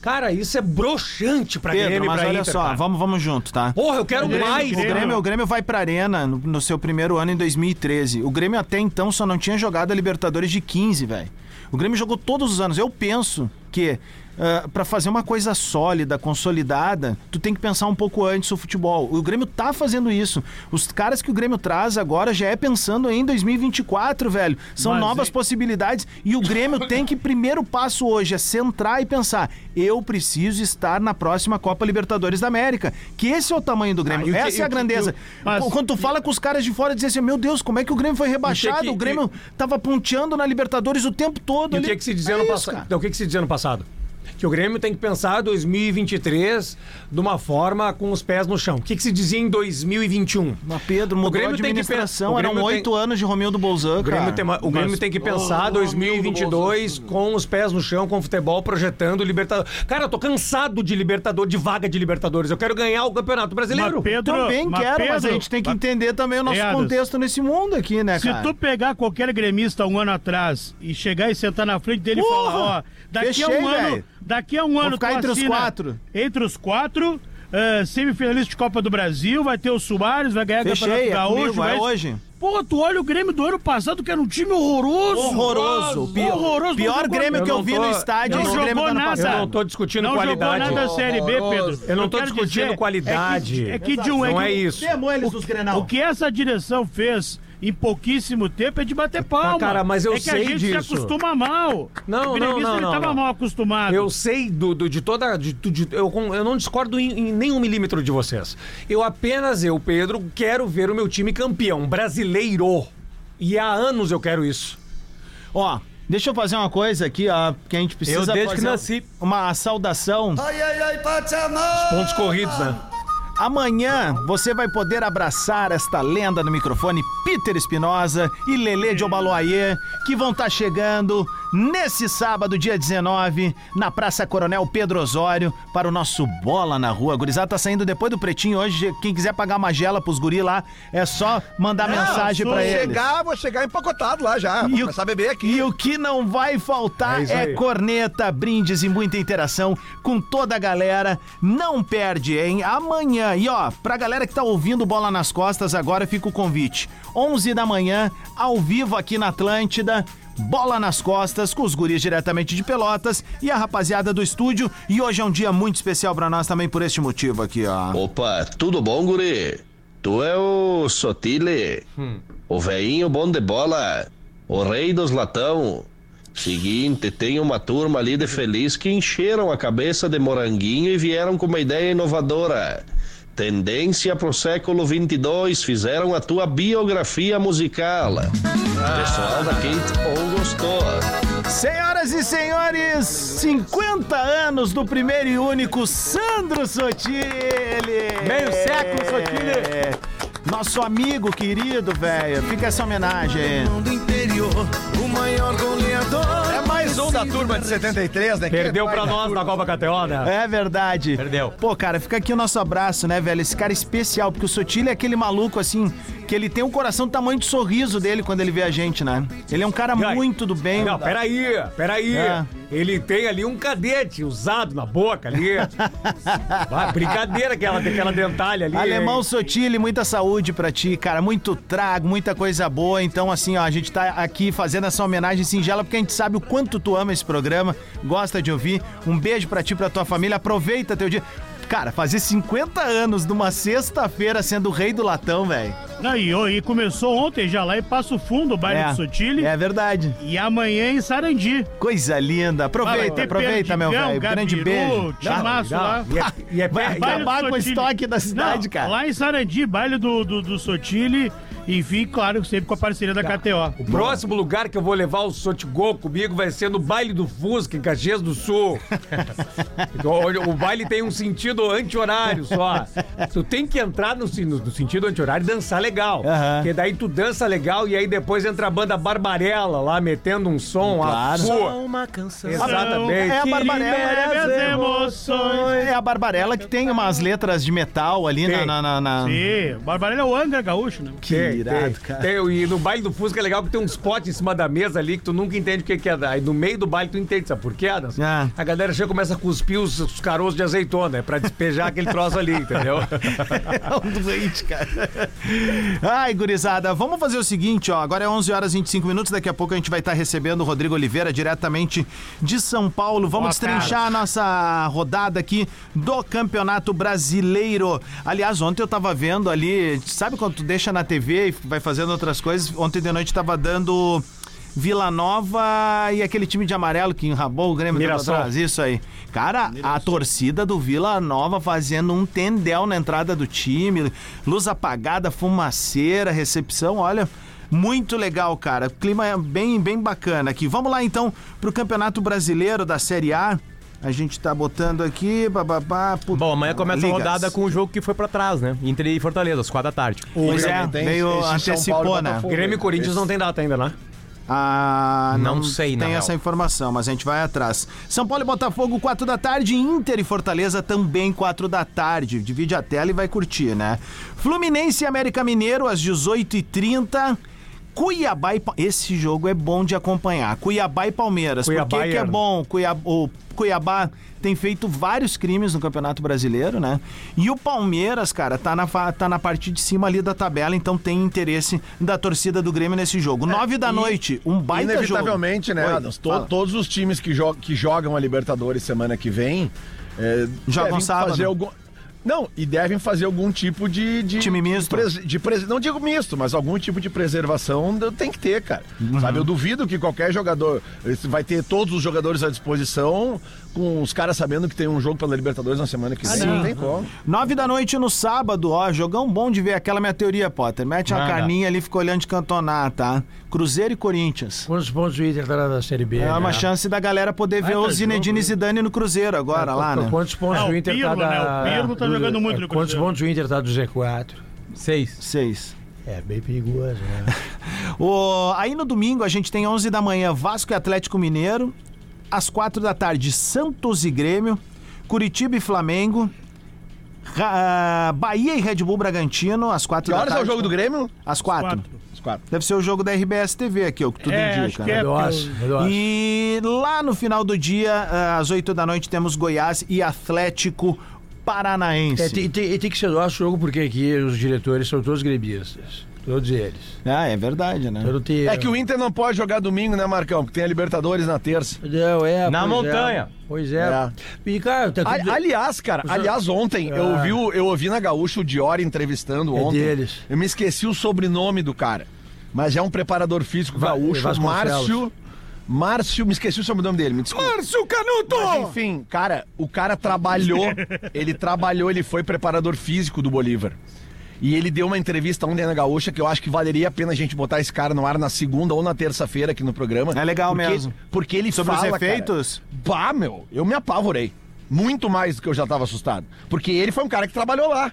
[SPEAKER 4] Cara, isso é broxante pra
[SPEAKER 2] Pedro,
[SPEAKER 4] Grêmio e
[SPEAKER 2] mas
[SPEAKER 4] pra
[SPEAKER 2] olha
[SPEAKER 4] Inter.
[SPEAKER 2] só,
[SPEAKER 4] cara.
[SPEAKER 2] vamos, vamos junto, tá?
[SPEAKER 4] Porra, eu quero
[SPEAKER 6] Grêmio,
[SPEAKER 4] mais.
[SPEAKER 2] O Grêmio, o Grêmio vai pra Arena no, no seu primeiro ano em 2013. O Grêmio até então só não tinha jogado a Libertadores de 15, velho. O Grêmio jogou todos os anos. Eu penso que ah, pra fazer uma coisa sólida, consolidada, tu tem que pensar um pouco antes o futebol. O Grêmio tá fazendo isso. Os caras que o Grêmio traz agora já é pensando em 2024, velho. São
[SPEAKER 6] Mas,
[SPEAKER 2] novas
[SPEAKER 6] hein?
[SPEAKER 2] possibilidades e o
[SPEAKER 6] [LAUGHS]
[SPEAKER 2] Grêmio tem que primeiro passo hoje é centrar e pensar: eu preciso estar na próxima Copa Libertadores da América. Que esse é o tamanho do Grêmio.
[SPEAKER 4] Ah, e o que-
[SPEAKER 2] Essa
[SPEAKER 4] e
[SPEAKER 2] é
[SPEAKER 4] o
[SPEAKER 2] a
[SPEAKER 4] que-
[SPEAKER 2] grandeza.
[SPEAKER 4] e
[SPEAKER 6] o- mas-
[SPEAKER 2] Quando tu fala com os caras de fora, dizem assim: meu Deus, como é que o Grêmio foi rebaixado?
[SPEAKER 4] que-
[SPEAKER 2] o Grêmio tava ponteando na Libertadores o tempo todo.
[SPEAKER 4] E o
[SPEAKER 2] ali."
[SPEAKER 4] que, é que se dizia
[SPEAKER 2] É
[SPEAKER 4] ano
[SPEAKER 2] isso,
[SPEAKER 4] passado?
[SPEAKER 2] cara.
[SPEAKER 4] Então, o que, que é se dizia ano passado? que o Grêmio tem que pensar 2023 de uma forma com os pés no chão. O que, que se dizia em 2021?
[SPEAKER 2] Mas Pedro,
[SPEAKER 4] O
[SPEAKER 2] mudou a
[SPEAKER 4] Grêmio tem que
[SPEAKER 2] administração.
[SPEAKER 4] pensar- o
[SPEAKER 2] Eram
[SPEAKER 4] Grêmio tem-
[SPEAKER 2] oito anos de Romildo Bolzan,
[SPEAKER 4] O Grêmio,
[SPEAKER 2] cara.
[SPEAKER 4] tem, uma- o Grêmio
[SPEAKER 2] Mas-
[SPEAKER 4] tem que pensar 2022 com os pés no chão, com o futebol, projetando o Libertadores. Cara, eu tô cansado de Libertador, de vaga de Libertadores. Eu quero ganhar o Campeonato Brasileiro.
[SPEAKER 6] Mas Pedro,
[SPEAKER 2] Também
[SPEAKER 6] mas
[SPEAKER 2] quero, mas a
[SPEAKER 6] Pedro,
[SPEAKER 2] gente tem que
[SPEAKER 6] mas-
[SPEAKER 2] entender também o nosso
[SPEAKER 6] Piadas.
[SPEAKER 2] contexto nesse mundo aqui, né,
[SPEAKER 6] Se
[SPEAKER 2] cara?
[SPEAKER 6] tu pegar qualquer gremista um ano atrás e chegar e sentar na frente dele e
[SPEAKER 2] Porra!
[SPEAKER 6] falar, ó, daqui a
[SPEAKER 2] Fechei,
[SPEAKER 6] um ano,
[SPEAKER 2] velho.
[SPEAKER 6] daqui a um ano
[SPEAKER 2] ficar
[SPEAKER 6] tu
[SPEAKER 2] entre os
[SPEAKER 6] assina-
[SPEAKER 2] quatro.
[SPEAKER 6] entre os quatro, ah, semifinalista de Copa do Brasil, vai ter o Soares, vai ganhar o
[SPEAKER 2] Fechei,
[SPEAKER 6] Campeonato
[SPEAKER 2] é
[SPEAKER 6] Gaúcho,
[SPEAKER 2] comigo, é
[SPEAKER 6] vai...
[SPEAKER 2] hoje.
[SPEAKER 6] Pô, tu olha o Grêmio do ano passado que era um time horroroso.
[SPEAKER 2] Horroroso. O pi-
[SPEAKER 6] horroroso. não
[SPEAKER 2] pior
[SPEAKER 6] jogou-
[SPEAKER 2] Grêmio que eu
[SPEAKER 4] não
[SPEAKER 2] vi
[SPEAKER 4] tô-
[SPEAKER 2] no estádio
[SPEAKER 6] não
[SPEAKER 2] é esse Grêmio
[SPEAKER 6] jogou
[SPEAKER 2] do ano
[SPEAKER 6] nada.
[SPEAKER 2] passado.
[SPEAKER 4] Eu não tô discutindo
[SPEAKER 6] não
[SPEAKER 4] qualidade.
[SPEAKER 6] jogou nada a Série B, Pedro.
[SPEAKER 4] Eu não tô
[SPEAKER 6] quero
[SPEAKER 4] discutindo
[SPEAKER 6] dizer, é que-
[SPEAKER 4] qualidade.
[SPEAKER 6] É que, de um...
[SPEAKER 4] Não é
[SPEAKER 6] que-
[SPEAKER 4] isso.
[SPEAKER 2] Queimou eles nos Grenal.
[SPEAKER 6] O que essa direção fez em pouquíssimo tempo é de bater palma.
[SPEAKER 4] Tá, cara, mas eu
[SPEAKER 6] é que a
[SPEAKER 4] sei
[SPEAKER 6] gente se
[SPEAKER 4] disso.
[SPEAKER 6] acostuma mal.
[SPEAKER 4] Não,
[SPEAKER 6] o gremista,
[SPEAKER 4] não, não,
[SPEAKER 6] ele
[SPEAKER 4] não,
[SPEAKER 6] tava
[SPEAKER 4] não.
[SPEAKER 6] mal acostumado.
[SPEAKER 4] Eu sei do, do- de toda. de tu- de- eu, com- eu não discordo em, em nenhum milímetro de vocês. Eu apenas, eu, Pedro, quero ver o meu time campeão brasileiro. E há anos eu quero isso.
[SPEAKER 2] Ó, deixa eu fazer uma coisa aqui, ó, que a gente precisa
[SPEAKER 7] Eu desde
[SPEAKER 2] fazer
[SPEAKER 7] que nasci.
[SPEAKER 2] uma saudação.
[SPEAKER 4] Pontos corridos, né?
[SPEAKER 2] Ah, Amanhã você vai poder abraçar esta lenda no microfone Peter Espinosa e Lelê de Obaloaiê, que vão estar chegando nesse sábado, dia 19, na Praça Coronel Pedro Osório, para o nosso Bola na Rua. Gurizada tá saindo depois do pretinho hoje. Quem quiser pagar uma gela pros guri lá, é só mandar mensagem
[SPEAKER 5] Vou
[SPEAKER 2] pra eles.
[SPEAKER 5] chegar, vou chegar empacotado lá já. Vou
[SPEAKER 2] E o-
[SPEAKER 5] começar a beber aqui.
[SPEAKER 2] E o que não vai faltar
[SPEAKER 4] É isso
[SPEAKER 2] é,
[SPEAKER 4] aí.
[SPEAKER 2] corneta, brindes e muita interação com toda a galera. Não perde, hein? Amanhã. E ó, pra galera que tá ouvindo Bola nas Costas agora, fica o convite. 11 da manhã, ao vivo aqui na Atlântida. Bola nas costas, com os guris diretamente de Pelotas e a rapaziada do estúdio. E hoje é um dia muito especial pra nós também por este motivo aqui, ó.
[SPEAKER 8] Opa, tudo bom, guri? Tu é o Sotile, o veinho bom de bola, o rei dos latão. Seguinte, tem uma turma ali de feliz que encheram a cabeça de moranguinho e vieram com uma ideia inovadora. Tendência pro século 22, fizeram a tua biografia musical. Pessoal daqui, ou gostou.
[SPEAKER 2] Senhoras e senhores, 50 anos do primeiro e único Sandro Sotile.
[SPEAKER 7] Meio século, Sotile.
[SPEAKER 2] Nosso amigo querido, velho. Fica essa homenagem aí.
[SPEAKER 9] do interior, o maior goleador.
[SPEAKER 5] É mais um da turma de 73, né?
[SPEAKER 4] Perdeu
[SPEAKER 5] Que é
[SPEAKER 4] pra
[SPEAKER 5] pai da
[SPEAKER 4] nós
[SPEAKER 5] turma.
[SPEAKER 4] na Copa KTO, né?
[SPEAKER 2] É verdade.
[SPEAKER 7] Perdeu.
[SPEAKER 2] Pô, cara, fica aqui o nosso abraço, né, velho? Esse cara especial, porque o Sotile é aquele maluco, assim, que ele tem um coração do tamanho de sorriso dele quando ele vê a gente, né? Ele é um cara
[SPEAKER 4] aí?
[SPEAKER 2] muito do bem.
[SPEAKER 4] Não, peraí, peraí.
[SPEAKER 2] É.
[SPEAKER 4] Ele tem ali um cadete usado na boca
[SPEAKER 2] [LAUGHS]
[SPEAKER 4] ali. Vai, brincadeira aquela, aquela dentalha ali.
[SPEAKER 2] Alemão
[SPEAKER 4] hein?
[SPEAKER 2] Sotile, muita saúde pra ti, cara. Muito trago, muita coisa boa. Então, assim, ó, a gente tá aqui fazendo essa homenagem singela porque a gente sabe o quanto tu ama esse programa, gosta de ouvir. Um beijo pra ti, pra tua família. Aproveita teu dia. Cara, fazer 50 anos numa sexta-feira sendo o rei do latão, velho.
[SPEAKER 6] Aí, ó, e começou ontem já lá em Passo Fundo, o baile do Sotile.
[SPEAKER 2] é verdade.
[SPEAKER 6] E amanhã em Sarandi.
[SPEAKER 2] Coisa linda.
[SPEAKER 6] Vai
[SPEAKER 2] Aproveita,
[SPEAKER 6] ter
[SPEAKER 2] aproveita, meu
[SPEAKER 6] Perdigão,
[SPEAKER 2] velho. Grande
[SPEAKER 6] Gabiru,
[SPEAKER 2] beijo.
[SPEAKER 6] Timaço lá.
[SPEAKER 4] E é- E é,
[SPEAKER 2] Vai
[SPEAKER 4] e
[SPEAKER 6] Baile
[SPEAKER 4] é-
[SPEAKER 6] do
[SPEAKER 2] acabar com o
[SPEAKER 6] Sotile.
[SPEAKER 2] estoque da cidade,
[SPEAKER 6] Não,
[SPEAKER 2] cara.
[SPEAKER 6] Lá em Sarandi, baile do, do, do Sotile. Enfim, claro, sempre com a parceria da KTO.
[SPEAKER 4] Tá. O próximo lugar que eu vou levar o Sotigol comigo vai ser no baile do Fusca, em Caxias do
[SPEAKER 2] [LAUGHS]
[SPEAKER 4] Sul. Então, Olha, o baile tem um sentido anti-horário só. Tu tem que entrar no, sin- no sentido anti-horário e dançar legal.
[SPEAKER 2] Aham.
[SPEAKER 4] Porque daí tu dança legal e aí depois entra a banda Barbarella lá, metendo um som.
[SPEAKER 2] Claro.
[SPEAKER 4] Só
[SPEAKER 7] uma canção.
[SPEAKER 4] Exatamente.
[SPEAKER 2] É a
[SPEAKER 6] libere
[SPEAKER 2] Barbarella.
[SPEAKER 6] as emoções.
[SPEAKER 2] É a Barbarella que tem umas letras de metal ali na.
[SPEAKER 4] Tem.
[SPEAKER 2] na, na- na-
[SPEAKER 6] Sim, Barbarella é o Angra Gaúcho, né?
[SPEAKER 2] Que
[SPEAKER 4] Tem,
[SPEAKER 2] irado,
[SPEAKER 4] tem.
[SPEAKER 2] cara.
[SPEAKER 4] Tem, e no baile do Fusca é legal que tem uns potes em cima da mesa ali que tu nunca entende o que que é. Aí no meio do baile tu entende, sabe por quê, Adams?
[SPEAKER 2] Ah.
[SPEAKER 4] A galera já começa a cuspir os, os caroços de azeitona, é pra despejar aquele troço ali, entendeu?
[SPEAKER 2] [LAUGHS] É um doente, cara. Ai, gurizada, vamos fazer o seguinte, ó. Agora é 11 horas e 25 minutos. Daqui a pouco a gente vai estar recebendo o Rodrigo Oliveira diretamente de São Paulo. Vamos destrinchar a nossa rodada aqui do Campeonato Brasileiro. Aliás, ontem eu tava vendo ali, sabe quando tu deixa na TV e vai fazendo outras coisas? Ontem de noite tava dando Vila Nova e aquele time de amarelo que enrabou o Grêmio tempo
[SPEAKER 4] Mirassol.
[SPEAKER 2] atrás, isso aí. Cara, a torcida do Vila Nova fazendo um tendel na entrada do time, luz apagada, fumaceira, recepção, olha, muito legal, cara. O clima é bem, bem bacana aqui. Vamos lá então pro Campeonato Brasileiro da Série A. A gente tá botando aqui, bababá. puta-
[SPEAKER 7] Bom, amanhã começa a
[SPEAKER 2] Ligas.
[SPEAKER 7] rodada com o jogo que foi pra trás, né? Inter e Fortaleza, às 4 da tarde.
[SPEAKER 2] Pois
[SPEAKER 5] Grêmio
[SPEAKER 2] é,
[SPEAKER 5] tem
[SPEAKER 2] veio
[SPEAKER 5] esse São Paulo
[SPEAKER 2] antecipou,
[SPEAKER 5] e
[SPEAKER 2] né?
[SPEAKER 5] Botafogo.
[SPEAKER 4] Grêmio e Corinthians não tem data ainda, né?
[SPEAKER 2] Ah,
[SPEAKER 7] Não sei, na
[SPEAKER 2] Tem
[SPEAKER 7] real.
[SPEAKER 2] essa informação, mas a gente vai atrás. São Paulo e Botafogo, 4 da tarde. Inter e Fortaleza também, 4 da tarde. Divide a tela e vai curtir, né? Fluminense e América Mineiro, às 18h30. Cuiabá e... Pa- Esse jogo é bom de acompanhar. Cuiabá e Palmeiras. Por
[SPEAKER 4] Cuiabá
[SPEAKER 2] que
[SPEAKER 4] e
[SPEAKER 2] que é
[SPEAKER 4] Erno.
[SPEAKER 2] bom? Cuiabá, o Cuiabá tem feito vários crimes no Campeonato Brasileiro, né? E o Palmeiras, cara, tá na, fa- tá na parte de cima ali da tabela, então tem interesse da torcida do Grêmio nesse jogo. Nove da noite, um baita jogo.
[SPEAKER 5] É, Inevitavelmente, né,
[SPEAKER 2] Oi,
[SPEAKER 5] Adams? To-
[SPEAKER 2] fala.
[SPEAKER 5] todos os times que, jo- que jogam a Libertadores semana que vem é,
[SPEAKER 2] Jogam
[SPEAKER 5] devem
[SPEAKER 2] sábado.
[SPEAKER 5] fazer algum- Não, e devem fazer algum tipo de. de
[SPEAKER 2] Time misto.
[SPEAKER 5] pres- de pres- não digo misto, mas algum tipo de preservação de- tem que ter, cara.
[SPEAKER 2] Uhum.
[SPEAKER 5] Sabe, eu duvido que qualquer jogador eh, vai ter todos os jogadores à disposição, com os caras sabendo que tem um jogo pela Libertadores na semana
[SPEAKER 2] Ah,
[SPEAKER 5] que vem. Não tem como.
[SPEAKER 2] Nove da noite no sábado, ó, jogão bom de ver. Aquela minha teoria, Potter. Mete uma
[SPEAKER 4] Manda.
[SPEAKER 2] carninha ali, fica olhando de cantonar, tá? Cruzeiro e Corinthians.
[SPEAKER 4] Quantos pontos o Inter estará na Série B? né?
[SPEAKER 2] É uma chance da galera poder ver o Zinedine Zidane no Cruzeiro
[SPEAKER 4] É,
[SPEAKER 2] agora, lá, né?
[SPEAKER 4] Quantos pontos
[SPEAKER 6] Ah, o
[SPEAKER 4] o Inter
[SPEAKER 6] Pirlo,
[SPEAKER 4] tá da...
[SPEAKER 6] né? O Pirlo tá
[SPEAKER 4] do- é,
[SPEAKER 6] jogando muito no
[SPEAKER 4] Quantos
[SPEAKER 6] Cruzeiro.
[SPEAKER 4] pontos o Inter tá do Z4?
[SPEAKER 7] 6.
[SPEAKER 2] Seis.
[SPEAKER 4] É bem perigoso, né?
[SPEAKER 2] O- Aí no domingo a gente tem 11 da manhã Vasco e Atlético Mineiro. Às 4 da tarde, Santos e Grêmio. Curitiba e Flamengo. Ra- ah, Bahia e Red Bull Bragantino. Às 4
[SPEAKER 5] Que
[SPEAKER 2] da
[SPEAKER 5] horas
[SPEAKER 2] tarde.
[SPEAKER 5] é o jogo do Grêmio?
[SPEAKER 2] Às 4.
[SPEAKER 6] Quatro.
[SPEAKER 5] Os quatro.
[SPEAKER 2] Deve ser o jogo da RBS TV aqui, é o que tudo
[SPEAKER 6] É,
[SPEAKER 2] indica.
[SPEAKER 6] acho
[SPEAKER 2] né?
[SPEAKER 6] que é.
[SPEAKER 4] Melhoras, melhoras.
[SPEAKER 2] E lá no final do dia, ah, às 8 da noite, temos Goiás e Atlético Paranaense.
[SPEAKER 10] É, tem, tem- tem que ser nosso jogo, porque aqui os diretores são todos gremistas. Todos eles.
[SPEAKER 2] Ah, é verdade, né?
[SPEAKER 10] Eu não tenho.
[SPEAKER 5] É que o Inter não pode jogar domingo, né, Marcão? Porque tem a Libertadores na terça.
[SPEAKER 10] Não, é.
[SPEAKER 7] Na
[SPEAKER 10] pois é.
[SPEAKER 7] montanha.
[SPEAKER 10] Pois é. E, cara, tá tudo. Ah.
[SPEAKER 5] A- aliás, cara, aliás, ontem eu, ouvi, o- eu ouvi na Gaúcha o Diori entrevistando
[SPEAKER 10] É
[SPEAKER 5] ontem.
[SPEAKER 10] deles.
[SPEAKER 5] Eu me esqueci o sobrenome do cara, mas é um preparador físico
[SPEAKER 10] Va-
[SPEAKER 5] gaúcho,
[SPEAKER 10] Vasconcelos.
[SPEAKER 5] Márcio. Márcio, me esqueci o sobrenome dele, me desculpa. Márcio Canuto! Mas, enfim, cara, o
[SPEAKER 10] [LAUGHS]
[SPEAKER 5] cara trabalhou, ele trabalhou, ele foi preparador físico do Bolívar. E ele deu uma entrevista ontem na Gaúcha que eu acho que valeria a pena a gente botar esse cara no ar na segunda ou na terça-feira aqui no programa.
[SPEAKER 2] É legal
[SPEAKER 5] porque,
[SPEAKER 2] mesmo.
[SPEAKER 5] Porque ele
[SPEAKER 2] Sobre os
[SPEAKER 5] fala, cara,
[SPEAKER 2] efeitos?
[SPEAKER 5] Bah, meu, eu me apavorei. Muito mais do que eu já tava assustado. Porque ele foi um cara que trabalhou lá.